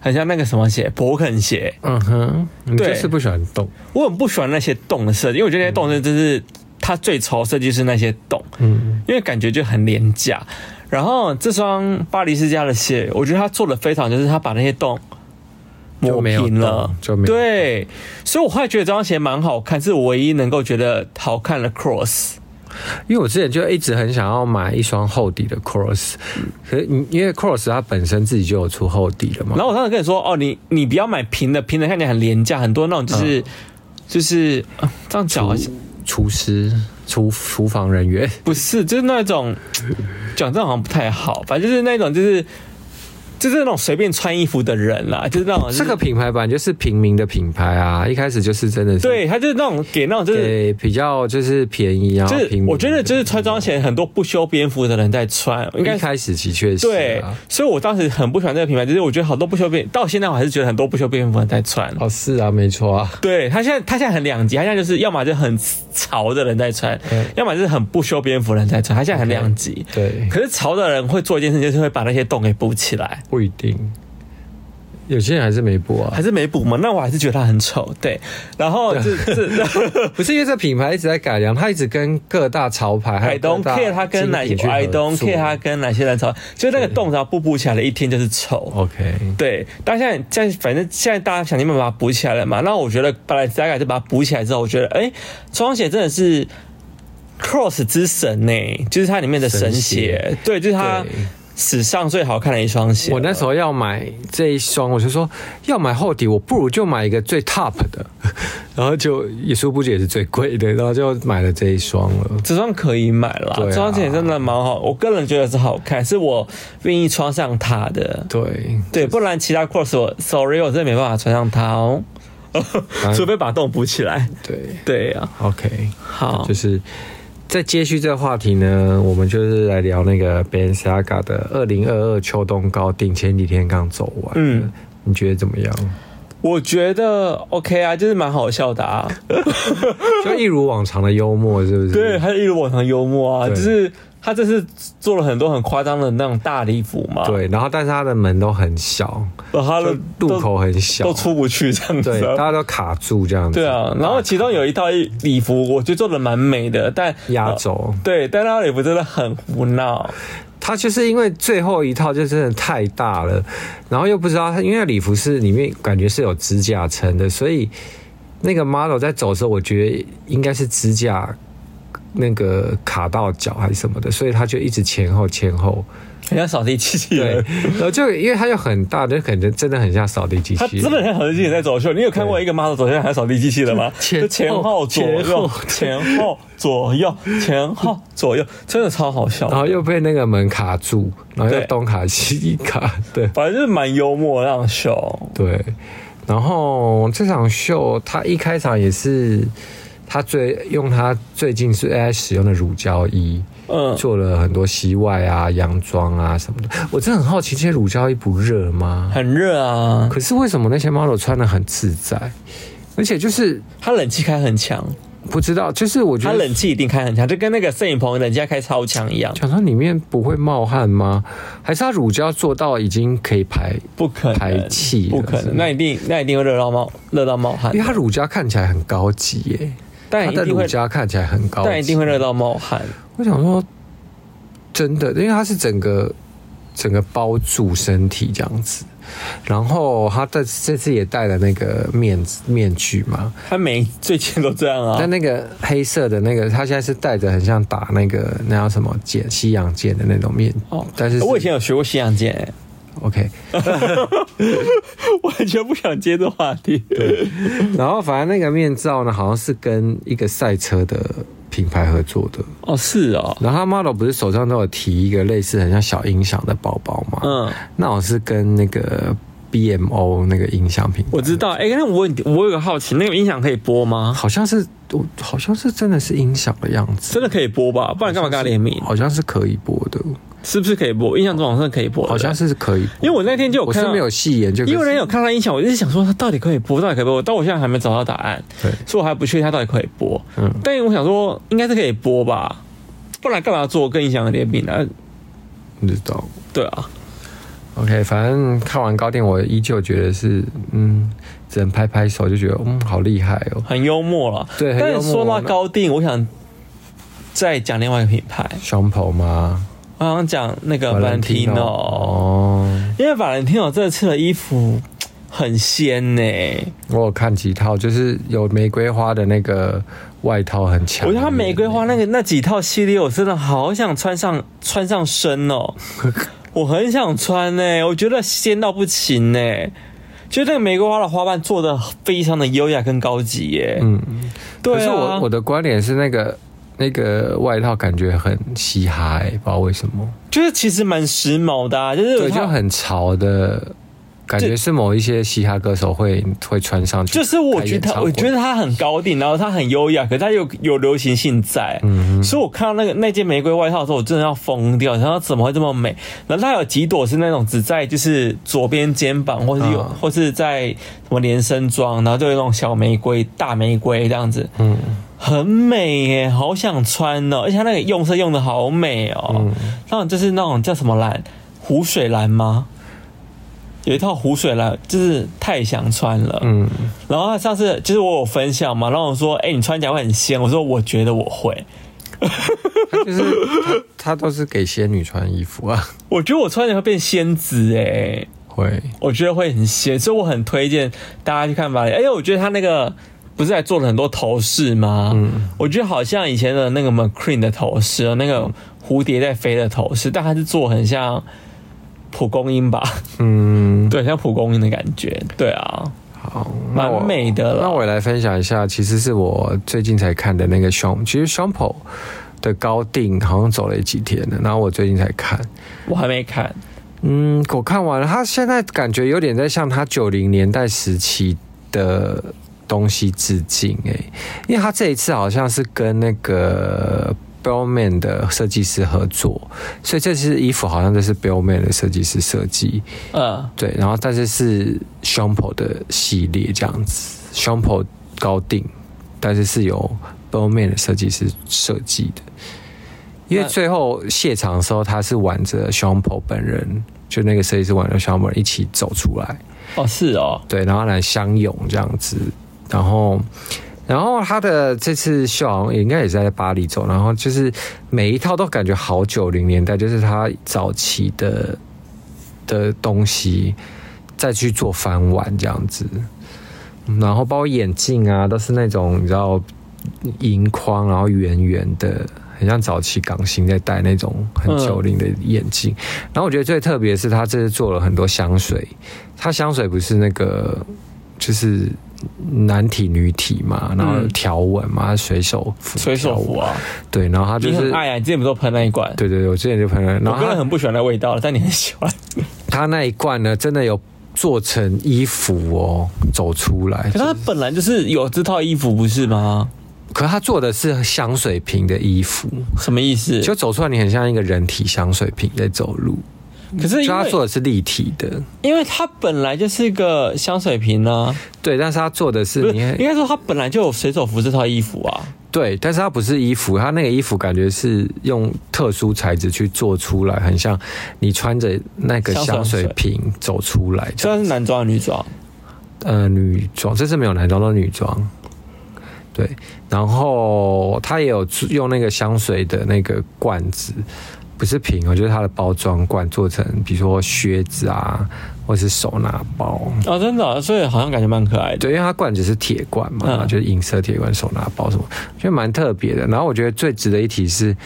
Speaker 1: 很像那个什么鞋，勃肯鞋。
Speaker 3: 嗯哼，你
Speaker 1: 对
Speaker 3: 就是不喜欢洞，
Speaker 1: 我很不喜欢那些洞的设计，因为我觉得那些洞真的是他最愁设计师那些懂，嗯，因为感觉就很廉价。然后这双巴黎世家的鞋，我觉得他做的非常，就是他把那些洞磨
Speaker 3: 就没有
Speaker 1: 平了
Speaker 3: 洞，就没有
Speaker 1: 对。所以我后来觉得这双鞋蛮好看，是我唯一能够觉得好看的 Cross。
Speaker 3: 因为我之前就一直很想要买一双厚底的 Cross，可是你因为 Cross 它本身自己就有出厚底的嘛，
Speaker 1: 然后我上次跟你说，哦，你你不要买平的，平的看起来很廉价，很多那种
Speaker 3: 嗯
Speaker 1: 就是、就是、啊这样讲好像
Speaker 3: 厨师厨厨房人员，
Speaker 1: 不是，就是那种讲这样好像不太好，反正就是那种就是就是那种随便穿衣服的人啦，就是那种、就是、
Speaker 3: 这个品牌版就是平民的品牌啊，一开始就是真的是
Speaker 1: 对，他就是那种给那种就是。
Speaker 3: 对比较就是便宜啊，
Speaker 1: 就
Speaker 3: 平
Speaker 1: 是
Speaker 3: 民
Speaker 1: 我觉得，就是穿这双鞋，很多不修边幅的人在穿，应该
Speaker 3: 一开始的确是、啊、
Speaker 1: 对，所以我当时很不喜欢这个品牌，就是我觉得好多不修边，到现在我还是觉得很多不修边幅的人在穿。
Speaker 3: 哦是啊，没错啊，
Speaker 1: 对他现在，他现在很两极，他现在就是要么就很潮的人在穿，
Speaker 3: 嗯
Speaker 1: 要么就是很不修边幅的人在穿，他现在很两极。
Speaker 3: 对，
Speaker 1: 可是潮的人会做一件事，就是会把那些洞给补起来，
Speaker 3: 不一定，有些人还是没补啊
Speaker 1: 还，是没补嘛？那我还是觉得他很丑。对，然后这 这
Speaker 3: 不是因为这品牌一直在改良，它一直跟各大潮牌还
Speaker 1: ，I
Speaker 3: 有各
Speaker 1: don't
Speaker 3: 大
Speaker 1: care 他跟哪
Speaker 3: 精品去合
Speaker 1: ，I don't
Speaker 3: 作
Speaker 1: care 他跟哪些人吵，就那个洞只要不补起来了，一天就是丑。
Speaker 3: OK，
Speaker 1: 对，但现在现在反正现在大家想尽办法把它补起来了嘛。那我觉得本来大概就把它补起来之后，我觉得哎，这双鞋真的是 Cross 之神呢、就是它里面的神
Speaker 3: 神
Speaker 1: 鞋，
Speaker 3: 鞋
Speaker 1: 对，就是它
Speaker 3: 对
Speaker 1: 史上最好看的一双鞋了。
Speaker 3: 我那时候要买这一双，我就说要买厚底，我不如就买一个最 top 的， 然后就也殊不知也是最贵的，然后就买了这一双了。
Speaker 1: 这双可以买啦，
Speaker 3: 对啊
Speaker 1: 这双鞋真的蛮好，我个人觉得是好看，是我愿意穿上它的。
Speaker 3: 对，
Speaker 1: 对，不然其他 Cross 我 sorry 我真的没办法穿上它 哦，除非把洞补起来。
Speaker 3: 对
Speaker 1: 对啊，
Speaker 3: ，OK，
Speaker 1: 好
Speaker 3: 就，是在接续这个话题呢，我们就是来聊那个 Balenciaga 的二零二二秋冬高定，前几天刚走完。
Speaker 1: 嗯
Speaker 3: 嗯，你觉得怎么样？
Speaker 1: 我觉得 OK 啊，就是蛮好笑的啊。
Speaker 3: 就一如往常的幽默，是不是？
Speaker 1: 对，他是一如往常幽默啊，就
Speaker 3: 对
Speaker 1: 是他这次做了很多很夸张的那种大礼服嘛，，
Speaker 3: 对，然后但是它的门都很小，
Speaker 1: 然后他的
Speaker 3: 就路口很小，
Speaker 1: 都出不去这样
Speaker 3: 对
Speaker 1: 子，啊、，
Speaker 3: 大家都卡住这样子。
Speaker 1: 对啊，然后其中有一套礼服，我觉得做的蛮美的，但
Speaker 3: 压
Speaker 1: 呃
Speaker 3: 轴。
Speaker 1: 对，但那套礼服真的很胡闹，
Speaker 3: 它就是因为最后一套就真的太大了，然后又不知道它，因为礼服是里面感觉是有指甲层的，所以那个 model 在走的时候，我觉得应该是指甲那个卡到脚还是什么的，所以他就一直前后前后，
Speaker 1: 很像扫地机器
Speaker 3: 对
Speaker 1: 人。，
Speaker 3: 然后就因为它又很大，就可能真的很像扫地机
Speaker 1: 他
Speaker 3: 器
Speaker 1: 真的很
Speaker 3: 人。
Speaker 1: 像扫地机器人在走秀，你有看过一个 model 走秀还扫地机器人吗？
Speaker 3: 前
Speaker 1: 就前后左
Speaker 3: 前
Speaker 1: 右
Speaker 3: 后，
Speaker 1: 前后左右，前后左右，真的超好笑。
Speaker 3: 然后又被那个门卡住，然后又
Speaker 1: 对
Speaker 3: 东卡西卡，对，
Speaker 1: 反正就是蛮幽默那种秀，
Speaker 3: 对，然后这场秀他一开场也是他最用他最近是 AI 使用的乳胶衣。
Speaker 1: 嗯，
Speaker 3: 做了很多膝外啊、洋装啊什么的，我真的很好奇，这些乳胶衣不热吗？
Speaker 1: 很热啊，
Speaker 3: 可是为什么那些 model 穿的很自在？而且就是
Speaker 1: 它冷气开很强，
Speaker 3: 不知道，就是我觉
Speaker 1: 它
Speaker 3: 得
Speaker 1: 冷气一定开很强，就跟那个摄影棚冷气要开超强一样，
Speaker 3: 想说里面不会冒汗吗？还是他乳胶做到已经可以排？
Speaker 1: 不可能，啊
Speaker 3: 排气
Speaker 1: 不可能，
Speaker 3: 是吗
Speaker 1: 那一定那一定会热到冒热到冒汗
Speaker 3: 因为，它乳胶看起来很高级耶、
Speaker 1: 但
Speaker 3: 它
Speaker 1: 一
Speaker 3: 的
Speaker 1: 定
Speaker 3: 乳
Speaker 1: 会，
Speaker 3: 胶看起来很高级，
Speaker 1: 但一定会热到冒汗，
Speaker 3: 我想说，真的，因为它是整个整个包住身体这样子，然后他这这次也戴了那个面面具嘛，
Speaker 1: 它每最近都这样啊
Speaker 3: 但，那个黑色的那个，他现在是戴着很像打那个那叫什么剑西洋剑的那种面，
Speaker 1: 哦
Speaker 3: 但是是
Speaker 1: 我以前有学过西洋剑、 欸
Speaker 3: OK，
Speaker 1: 完全不想接这话题，
Speaker 3: 然后反正那个面罩呢，好像是跟一个赛车的品牌合作的，
Speaker 1: 哦，是哦，
Speaker 3: 然后他 model 不是手上都有提一个类似很像小音响的包包嘛，
Speaker 1: 嗯，
Speaker 3: 那我是跟那个 BMO 那个音响品牌，
Speaker 1: 我知道，哎、那我我有个好奇，那个音响可以播吗？
Speaker 3: 好像是我好像是真的是音响的样子，
Speaker 1: 真的可以播吧？不然干嘛跟他联名？
Speaker 3: 好像是可以播的，
Speaker 1: 是不是可以播？印象中好像可以播，
Speaker 3: 好像是可以播的，
Speaker 1: 哎因为我那天就有
Speaker 3: 我
Speaker 1: 看
Speaker 3: 是
Speaker 1: 到
Speaker 3: 没有细研究，
Speaker 1: 因为人
Speaker 3: 可
Speaker 1: 有看到音响，我一直想说它到底可以播，到底可以播，但我现在还没找到答案，
Speaker 3: 对
Speaker 1: 所以我还不确定它到底可以播。
Speaker 3: 嗯
Speaker 1: 但我想说应该是可以播吧，不然干嘛做跟音响的联名呢、啊？
Speaker 3: 是不知道。
Speaker 1: 对啊，
Speaker 3: OK，反正看完高定，我依旧觉得是，嗯，只能拍拍手，就觉得，嗯，好厉害哦。
Speaker 1: 很幽默了。
Speaker 3: 对很幽
Speaker 1: 但
Speaker 3: 默
Speaker 1: 是说到高定，我想再讲另外一个品牌，
Speaker 3: 胸口吗？
Speaker 1: 我好像讲那个
Speaker 3: Valentino
Speaker 1: Valentino，
Speaker 3: 哦，
Speaker 1: 因为 Valentino 这次的衣服很仙呢、
Speaker 3: 我有看几套，就是有玫瑰花的那个外套很强。
Speaker 1: 我觉得它玫瑰花那个那几套系列，我真的好想穿上穿上身 哦，我很想穿呢、我觉得仙到不行呢、就那个玫瑰花的花瓣做的非常的优雅跟高级耶、
Speaker 3: 嗯，
Speaker 1: 对啊，
Speaker 3: 可是我我的观点是那个那个外套感觉很嘻哈、欸，不知道为什么，
Speaker 1: 就是其实蛮时髦的、啊，就是
Speaker 3: 对，就很潮的感觉，
Speaker 1: 这
Speaker 3: 是某一些嘻哈歌手会会穿上去。
Speaker 1: 就是我觉得
Speaker 3: 开演唱
Speaker 1: 它，
Speaker 3: 会
Speaker 1: 我觉得它很高定，然后它很优雅，可是它有有流行性在。嗯，所以我看到那个那件玫瑰外套的时候，我真的要疯掉，然后怎么会这么美？然后它有几朵是那种只在就是左边肩膀，或是有、
Speaker 3: 嗯
Speaker 1: 或是在什么连身装，然后就有那种小玫瑰、大玫瑰这样子，
Speaker 3: 嗯
Speaker 1: 很美耶，好想穿哦！而且它那个用色用的好美哦，
Speaker 3: 嗯，
Speaker 1: 那种就是那种叫什么蓝，湖水蓝吗？有一套湖水蓝，就是太想穿了。
Speaker 3: 嗯，
Speaker 1: 然后他上次就是我有分享嘛，然后我说，哎、你穿起来会很仙。我说我觉得我会，
Speaker 3: 它就是它它都是给仙女穿衣服啊，
Speaker 1: 我觉得我穿起来会变仙子哎、
Speaker 3: 会
Speaker 1: 我觉得会很仙，所以我很推荐大家去看吧。而且我觉得他那个不是还做了很多头饰吗？嗯，我觉得好像以前的那个 McQueen 的头饰哦，那个蝴蝶在飞的头饰，但它是做很像蒲公英吧？
Speaker 3: 嗯。
Speaker 1: 对，像蒲公英的感觉。对啊，
Speaker 3: 好，那我
Speaker 1: 蛮美的
Speaker 3: 那
Speaker 1: 了。
Speaker 3: 我也来分享一下，其实是我最近才看的那个胸，其实胸口的高定好像走了几天了，然后我最近才看，
Speaker 1: 我还没看，
Speaker 3: 嗯，我看完了，它现在感觉有点在向它九零年代时期的东西致敬、欸，因为它这一次好像是跟那个。Bellman 的设计师合作，所以这次衣服好像这是 Bellman 的设计师设计，
Speaker 1: 嗯
Speaker 3: 对，然后但是是 s h o m p o 的系列这样子 s h o m p o 高定，但是是由 Bowman 的设计师设计的。因为
Speaker 1: 那
Speaker 3: 最后谢场的时候，他是挽着 s h o m p o 本人，就那个设计师挽着 s h o m p o 一起走出来，
Speaker 1: 哦是哦，
Speaker 3: 对，然后来相拥这样子，然后。然后他的这次秀好像也应该也是在巴黎走，然后就是每一套都感觉好九零年代，就是他早期的的东西再去做翻玩这样子，嗯然后包括眼镜啊，都是那种你知道银框，然后圆圆的，很像早期港星在戴那种很
Speaker 1: 嗯
Speaker 3: 九零的眼镜。然后我觉得最特别的是他这次做了很多香水，它香水不是那个就是男体女体嘛，然后
Speaker 1: 嗯
Speaker 3: 条纹嘛，它水手服
Speaker 1: 水手
Speaker 3: 条
Speaker 1: 服
Speaker 3: 纹
Speaker 1: 啊，
Speaker 3: 对，然后它就
Speaker 1: 你
Speaker 3: 是
Speaker 1: 很爱啊，你之前不是都喷那一罐？
Speaker 3: 对对对，我之前就朋友，然后
Speaker 1: 我个
Speaker 3: 它
Speaker 1: 人很不喜欢那味道了，但你很喜欢。
Speaker 3: 它那一罐呢，真的有做成衣服哦，走出来。
Speaker 1: 可是它本来就是有这套衣服，不是吗？
Speaker 3: 可它做的是香水瓶的衣服，
Speaker 1: 什么意思？
Speaker 3: 就走出来你很像一个人体香水瓶在走路，
Speaker 1: 可是
Speaker 3: 就
Speaker 1: 因
Speaker 3: 它
Speaker 1: 为
Speaker 3: 做的是立体的。
Speaker 1: 因为它本来就是一个香水瓶呢、
Speaker 3: 对，但是它做的
Speaker 1: 不
Speaker 3: 是
Speaker 1: 是
Speaker 3: 你
Speaker 1: 应该说它本来就有水手服这套衣服啊。
Speaker 3: 对，但是它不是衣服，它那个衣服感觉是用特殊材质去做出来，很像你穿着那个香
Speaker 1: 香水
Speaker 3: 水瓶走出来这
Speaker 1: 虽
Speaker 3: 样。
Speaker 1: 然是男装还是女装，
Speaker 3: 呃女装，这次没有男装，都是女装。对，然后它也有做用那个香水的那个罐子，不是瓶哦，就是它的包装罐做成，比如说靴子啊，或是手拿包。
Speaker 1: 哦，真的啊、所以好像感觉蛮可爱的。
Speaker 3: 对，因为它罐子是铁罐嘛，
Speaker 1: 嗯
Speaker 3: 就是银色铁罐，手拿包什么，觉得蛮特别的。然后我觉得最值得一提是，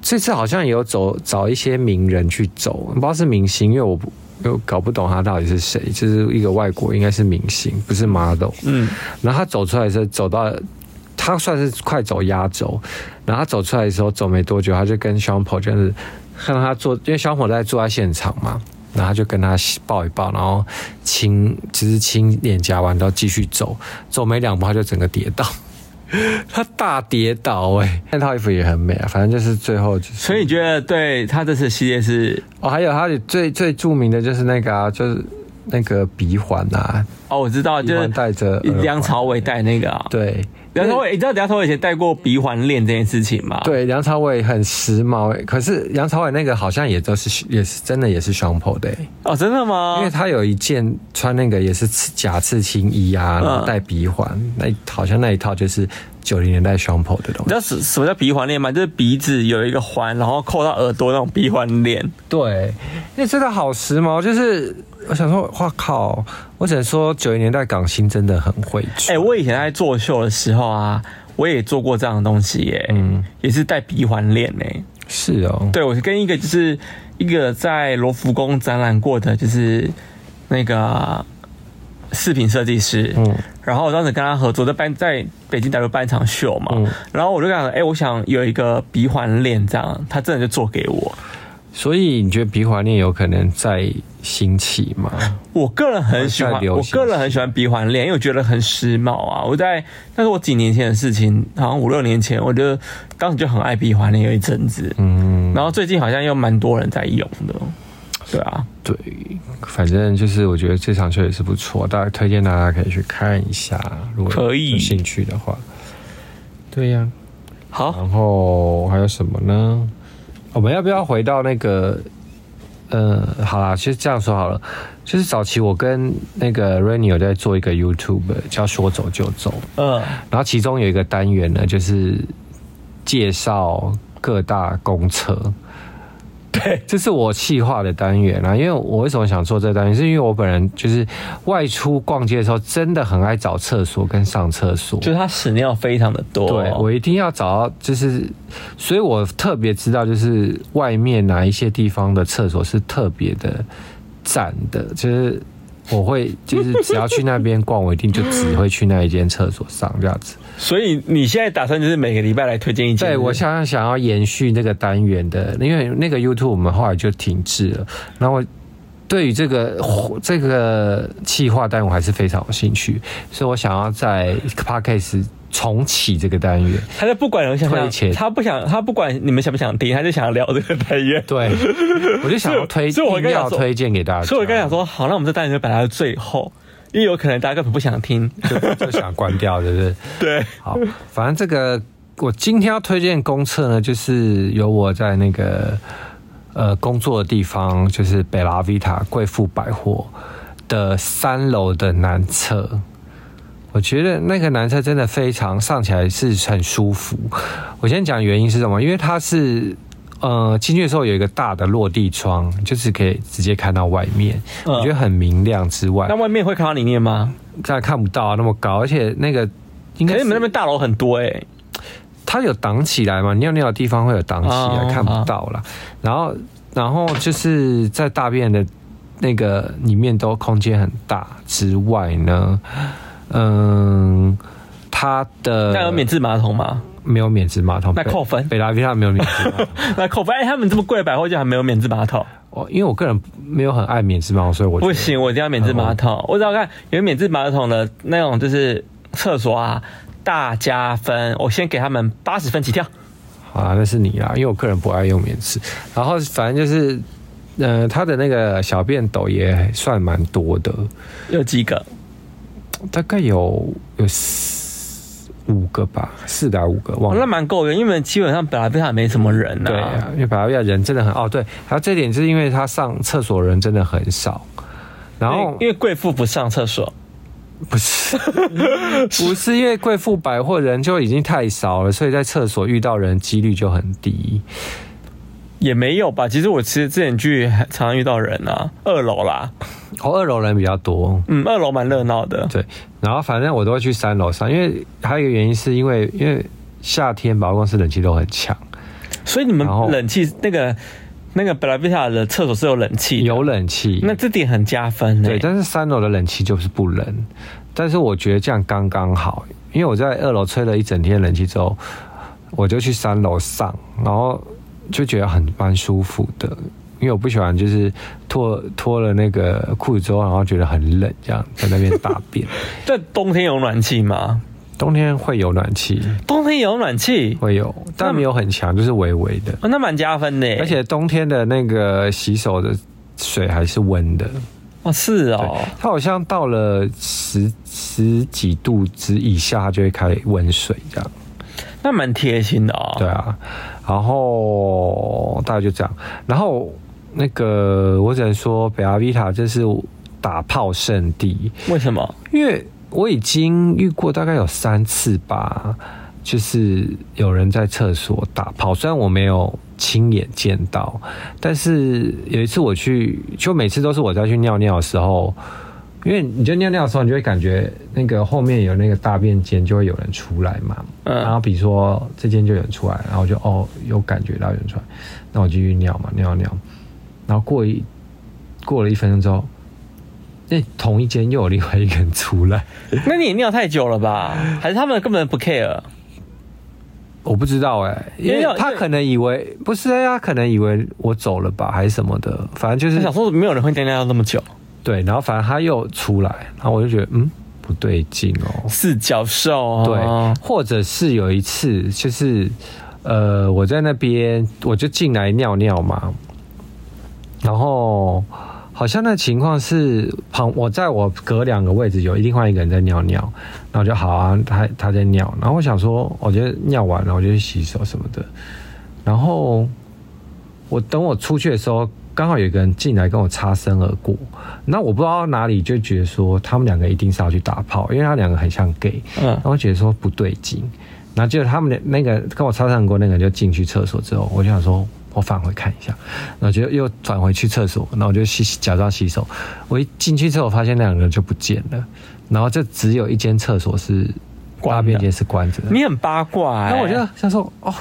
Speaker 3: 这次好像也有走找一些名人去走，不知道是明星，因为我不又搞不懂他到底是谁，就是一个外国，应该是明星，不是 model。
Speaker 1: 嗯，
Speaker 3: 然后他走出来的时候，走到他算是快走压轴，然后他走出来的时候，走没多久，他就跟小跑就是看到他坐，因为小跑在坐在现场嘛，然后他就跟他抱一抱，然后亲，只是亲脸颊完，然后继续走，走没两步他就整个跌倒。 他大跌倒哎、那套衣服也很美啊，反正就是最后就是，
Speaker 1: 所以你觉得对它这次系列是
Speaker 3: 哦，还有他最最著名的就是那个啊，就是那个鼻环啊，
Speaker 1: 哦，我知道，就
Speaker 3: 鼻
Speaker 1: 是
Speaker 3: 环戴着耳环
Speaker 1: 梁朝伟戴那个啊。，
Speaker 3: 对
Speaker 1: 梁朝伟，你知道梁朝伟以前戴过鼻环链这件事情吗？，
Speaker 3: 对，梁朝伟很时髦、欸，可是梁朝伟那个好像也都是也是真的也是胸口的、欸
Speaker 1: 哦，真的
Speaker 3: 因为
Speaker 1: 吗？
Speaker 3: 他有一件穿那个也是刺假刺青衣啊，然后戴鼻环，那好像那一套就是九零年代胸口的东
Speaker 1: 你知道
Speaker 3: 西。
Speaker 1: 什什么叫鼻环链吗？就是鼻子有一个环，然后扣到耳朵那种鼻环链。
Speaker 3: 对，因为真的好时髦，就是我想说，哇靠！我只能说九零年代港星真的很会
Speaker 1: 哎、
Speaker 3: 穿。
Speaker 1: 我以前在做秀的时候啊，我也做过这样的东西耶、
Speaker 3: 嗯
Speaker 1: 也是戴鼻环链呢。
Speaker 3: 是哦，
Speaker 1: 对，我是跟一个就是一个在罗浮宫展览过的，就是那个饰品设计师，
Speaker 3: 嗯
Speaker 1: 然后我当时跟他合作，在办在北京大陆办一场秀嘛，
Speaker 3: 嗯
Speaker 1: 然后我就跟他说，哎、我想有一个鼻环链这样，他真的就做给我。
Speaker 3: 所以你觉得鼻环链有可能再兴起吗？
Speaker 1: 我个人很喜欢
Speaker 3: 哦会再，流
Speaker 1: 我
Speaker 3: 行
Speaker 1: 个人很喜欢鼻环链，因为我觉得很时髦啊。我在那是我几年前的事情，好像五六年前，我就当时就很爱鼻环链，有一阵子，
Speaker 3: 嗯，
Speaker 1: 然后最近好像又蛮多人在用的，对啊。
Speaker 3: 对，反正就是我觉得这场秀也是不错，大家推荐大家可以去看一下，如果
Speaker 1: 可以
Speaker 3: 有兴趣的话。对呀、
Speaker 1: 好，
Speaker 3: 然后还有什么呢？哦我们要不要回到那个？呃，好啦，其实这样说好了，就是早期我跟那个 Rainy 有在做一个 YouTube 叫“说走就走
Speaker 1: 嗯、”，
Speaker 3: 然后其中有一个单元呢，就是介绍各大公车。
Speaker 1: 对，
Speaker 3: 这是我企划的单元啊，因为我为什么想做这个单元，是因为我本人就是外出逛街的时候，真的很爱找厕所跟上厕所。
Speaker 1: 就是他屎尿非常的多。
Speaker 3: 对，我一定要找到，就是，所以我特别知道，就是外面哪一些地方的厕所是特别的赞的，就是我会，就是只要去那边逛，我一定就只会去那一间厕所上这样子。
Speaker 1: 所以你现在打算就是每个礼拜来推荐一间？
Speaker 3: 对，我
Speaker 1: 想
Speaker 3: 想想要延续那个单元的，因为那个 YouTube 我们后来就停滞了。然后我对于这个这个企划单，我还是非常有兴趣，所以我想要在 Podcast 重启这个单元。
Speaker 1: 他就不管你们想不
Speaker 3: 推
Speaker 1: 想，
Speaker 3: 荐
Speaker 1: 他不想，他不管你们想不想听，他就想要聊这个单元。
Speaker 3: 对，啊我就想要推，
Speaker 1: 所以我
Speaker 3: 硬
Speaker 1: 刚想
Speaker 3: 要
Speaker 1: 说
Speaker 3: 推荐给大家，
Speaker 1: 所以我刚才想说，好，那我们这单元就摆到最后，因为有可能大家根本不想听。
Speaker 3: 就就想关掉，对不对？
Speaker 1: 对，
Speaker 3: 好，反正这个我今天要推荐公厕呢，就是有我在那个呃工作的地方，就是贝拉维塔贵妇百货的三楼的男厕。我觉得那个男厕真的非常上起来是很舒服。我先讲原因是什么，因为它是呃进去的时候有一个大的落地窗，就是可以直接看到外面，
Speaker 1: 嗯
Speaker 3: 我觉得很明亮之外
Speaker 1: 那，外面会看到里面吗？
Speaker 3: 当然看不到啊那么高，而且那个应
Speaker 1: 可
Speaker 3: 该
Speaker 1: 是你们
Speaker 3: 是
Speaker 1: 那边大楼很多哎、
Speaker 3: 它有挡起来嘛，尿尿的地方会有挡起来，
Speaker 1: 哦
Speaker 3: 看不到啦。然后，然后就是在大便的那个里面都空间很大之外呢，嗯，它的
Speaker 1: 那有免治马桶吗？
Speaker 3: 没有免治马桶，
Speaker 1: 那扣分
Speaker 3: 北拉维亚没有免治马 桶。
Speaker 1: 那扣分，哎、他们这么贵的百货竟然没有免治马桶，
Speaker 3: 哦，因为我个人没有很爱免治马桶，所以我觉
Speaker 1: 不嗯
Speaker 3: 得
Speaker 1: 行，我一定要免治马桶。我只要看有免治马桶的那种，就是厕所啊，大加分，我先给他们八十分起跳。
Speaker 3: 好啊啦，那是你啦，因为我个人不爱用棉纸。然后反正就是，呃，它的那个小便斗也算蛮多的，
Speaker 1: 有几个？
Speaker 3: 大概有有四五个吧，四点五个，忘
Speaker 1: 哦、那
Speaker 3: 了。
Speaker 1: 蛮够的，因为基本上本来贝塔没什么人呐、
Speaker 3: 对啊，因为百利亚人真的很哦，对，还有这点就是因为他上厕所人真的很少，然
Speaker 1: 因为
Speaker 3: 后
Speaker 1: 因为贵妇不上厕所，
Speaker 3: 不是 不是因为贵妇百货人就已经太少了，所以在厕所遇到人几率就很低。
Speaker 1: 也没有吧？其实我其实之前去还常常遇到人啊，二楼啦，
Speaker 3: 哦，二楼人比较多，
Speaker 1: 嗯，二楼蛮热闹的。
Speaker 3: 对，然后反正我都会去三楼上，因为还有一个原因是因为因为夏天百货公司冷气都很强，
Speaker 1: 所以你们
Speaker 3: 然后
Speaker 1: 冷气那个那个 b l a v i t a 的厕所是有冷气的，
Speaker 3: 有冷气，
Speaker 1: 那这点很加分呢、欸
Speaker 3: 对，但是三楼的冷气就是不冷，但是我觉得这样刚刚好，因为我在二楼吹了一整天冷气之后，我就去三楼上，然后就觉得很蛮舒服的，因为我不喜欢就是脱脱了那个裤子之后，然后觉得很冷，这样在那边大便。
Speaker 1: 这冬天有暖气吗？
Speaker 3: 冬天会有暖气，
Speaker 1: 冬天有暖气，
Speaker 3: 会有，但没有很强，就是微微的，
Speaker 1: 嗯哦、那蛮加分的、
Speaker 3: 而且冬天的那个洗手的水还是温的。
Speaker 1: 哦，是
Speaker 3: 对
Speaker 1: 哦，，
Speaker 3: 它好像到了十十几度之以下，它就会开温水这样。
Speaker 1: 那蛮贴心的哦。
Speaker 3: 对啊，然后大概就这样。然后那个我只能说，北阿维塔这是打炮圣地，
Speaker 1: 为什么？
Speaker 3: 因为我已经遇过大概有三次吧，就是有人在厕所打炮，虽然我没有亲眼见到，但是有一次我去，就每次都是我在去尿尿的时候。因为你就尿尿的时候，你就会感觉那个后面有那个大便间就会有人出来嘛，
Speaker 1: 嗯
Speaker 3: 然后比如说这间就有人出来，然后我就哦有感觉到有人出来，那我继续尿嘛尿尿，然后过一过了一分钟之后，那同一间又有另外一个人出来，
Speaker 1: 那你也尿太久了 吧？还是他们根本不 care？
Speaker 3: 我不知道哎、因为
Speaker 1: 因为
Speaker 3: 他
Speaker 1: 因为
Speaker 3: 可能以为不是、啊，他可能以为我走了吧，还是什么的，反正就
Speaker 1: 我
Speaker 3: 是
Speaker 1: 想说，没有人会尿尿那么久。
Speaker 3: 对，然后反正他又出来，然后我就觉得嗯不对劲哦，
Speaker 1: 四脚兽、
Speaker 3: 对
Speaker 1: 哦，，
Speaker 3: 或者是有一次就是呃我在那边我就进来尿尿嘛，然后好像那情况是旁我在我隔两个位置有另外一个人在尿尿，然后我就好啊，他他在尿，然后我想说，我就尿完了，我就去洗手什么的，然后我等我出去的时候，刚好有一个人进来跟我擦身而过，那我不知道哪里就觉得说他们两个一定是要去打炮，因为他两个很像 gay，
Speaker 1: 嗯
Speaker 3: 然后我觉得说不对劲，然后就他们的那个跟我擦身而过那个人就进去厕所之后，我就想说。我返回看一下，然后就又转回去厕所，然后我就洗假装洗手。我一进去之后，发现那两个人就不见了，然后就只有一间厕所是
Speaker 1: 关
Speaker 3: 大
Speaker 1: 的
Speaker 3: 便间是关着的。
Speaker 1: 你很八卦、欸，
Speaker 3: 然后我就想说，哦，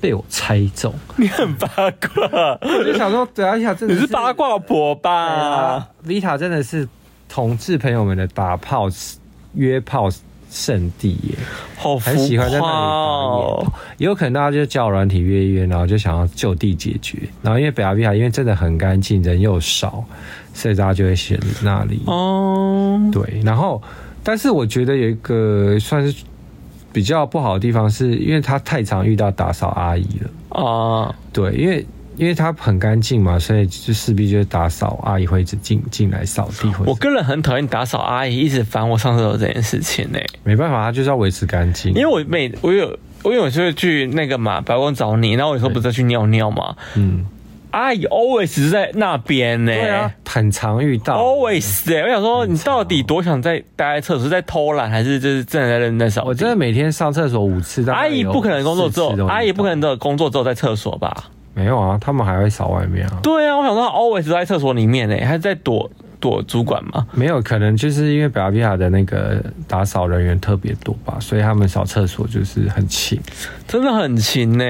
Speaker 3: 被我猜中，
Speaker 1: 你很八 卦，
Speaker 3: 我就想说，对啊，一下真的
Speaker 1: 你是八卦啊婆
Speaker 3: 哎
Speaker 1: 吧？
Speaker 3: ，Vita 真的是同志朋友们的打炮约炮圣地耶，
Speaker 1: 好浮
Speaker 3: 很喜欢在那
Speaker 1: 夸
Speaker 3: 里打野
Speaker 1: 哦
Speaker 3: 炮。，也有可能大家就叫软体约一约，然后就想要就地解决。然后因为北阿 Vita 因为真的很干净，人又少，所以大家就会选那里。
Speaker 1: 哦，
Speaker 3: 对，然后但是我觉得有一个算是比较不好的地方是，因为他太常遇到打扫阿姨了。
Speaker 1: 啊，
Speaker 3: 对，因为因为它很干净嘛，所以就势必就是打扫阿姨会一直进进来扫地，或者
Speaker 1: 我个人很讨厌打扫阿姨一直烦我上厕所这件事情欸呢、
Speaker 3: 没办法，它就是要维持干净。
Speaker 1: 因为我每我有我有时候去那个嘛白宫找你，然后有时候不是去尿尿嘛，
Speaker 3: 嗯，
Speaker 1: 阿姨 always 是在那边呢、
Speaker 3: 对啊，很常遇到
Speaker 1: Always 哎、我想说你到底多想在待在厕所，是在偷懒还是就是真的在认真扫地？
Speaker 3: 我真的每天上厕所五次，大概
Speaker 1: 阿姨
Speaker 3: 有
Speaker 1: 不可能工作之
Speaker 3: 四次
Speaker 1: 后，
Speaker 3: 都遇到
Speaker 1: 阿姨不可能的工作之后在厕所吧？
Speaker 3: 没有啊，他们还会扫外面啊。
Speaker 1: 对啊，我想到 always 在厕所里面呢、欸，还在躲躲主管嘛？
Speaker 3: 没有，可能就是因为表比亚的那个打扫人员特别多吧，所以他们扫厕所就是很勤。
Speaker 1: 真的很勤呢、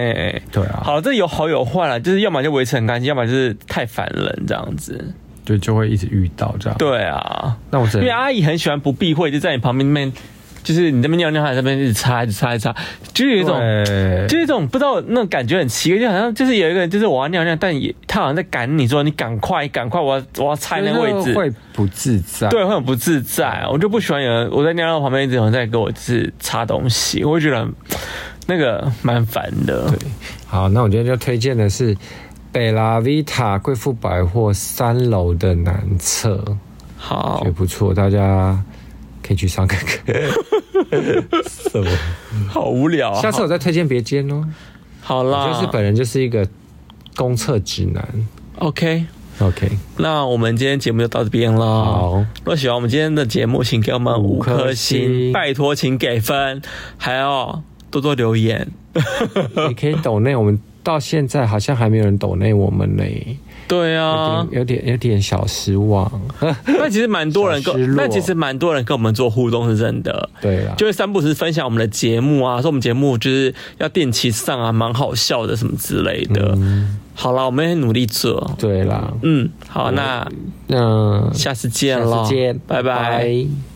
Speaker 3: 对啊，
Speaker 1: 好，这有好有坏了，就是要么就维持很干净，要么就是太烦人这样子。
Speaker 3: 就就会一直遇到这样。，
Speaker 1: 对啊，
Speaker 3: 那我只
Speaker 1: 因
Speaker 3: 能
Speaker 1: 为阿姨很喜欢不避讳，就在你旁边那边，就是你那边尿尿，还在那边一直擦，一直擦，一直擦，就是有一种。
Speaker 3: 对
Speaker 1: 就是一种不知道那种感觉很奇怪，就好像就是有一个人就是我要尿尿，但也他好像在赶你说你赶快赶快，我要我要拆那个位
Speaker 3: 就是
Speaker 1: 置，
Speaker 3: 会不自在。
Speaker 1: 对，会很不自在。我就不喜欢有人我在尿尿旁边一直有人在给我就是擦东西，我会觉得很那个蛮烦的。
Speaker 3: 对，好，那我今天就推荐的是贝拉维塔贵妇百货三楼的南侧，
Speaker 1: 好
Speaker 3: 也，不错，大家可以去上个课。什么？
Speaker 1: 好无聊啊。
Speaker 3: 下次我再推荐别间哦。
Speaker 1: 好
Speaker 3: 我
Speaker 1: 啦，
Speaker 3: 就是本人就是一个公厕直男。
Speaker 1: OK。
Speaker 3: OK，
Speaker 1: 那我们今天节目就到这边了。
Speaker 3: 好，
Speaker 1: 如果喜欢我们今天的节目，请给我们五颗
Speaker 3: 五颗
Speaker 1: 星，
Speaker 3: 星
Speaker 1: 拜托，请给分，还要多多留言。
Speaker 3: 也可以抖内，我们到现在好像还没有人抖内我们呢，
Speaker 1: 对啊，
Speaker 3: 有点有点小失望。
Speaker 1: 那其实蛮多人
Speaker 3: 小失
Speaker 1: 跟，
Speaker 3: 落
Speaker 1: 那其实蛮多人跟我们做互动是真的，
Speaker 3: 对啊啦，
Speaker 1: 就会三不时分享我们的节目啊，说我们节目就是要定期上啊，蛮好笑的什么之类的。
Speaker 3: 嗯
Speaker 1: 好啦，我们也努力做。
Speaker 3: 对啦，
Speaker 1: 嗯，好，那
Speaker 3: 那
Speaker 1: 下次见
Speaker 3: 下
Speaker 1: 喽，
Speaker 3: 次见，
Speaker 1: 拜拜
Speaker 3: 拜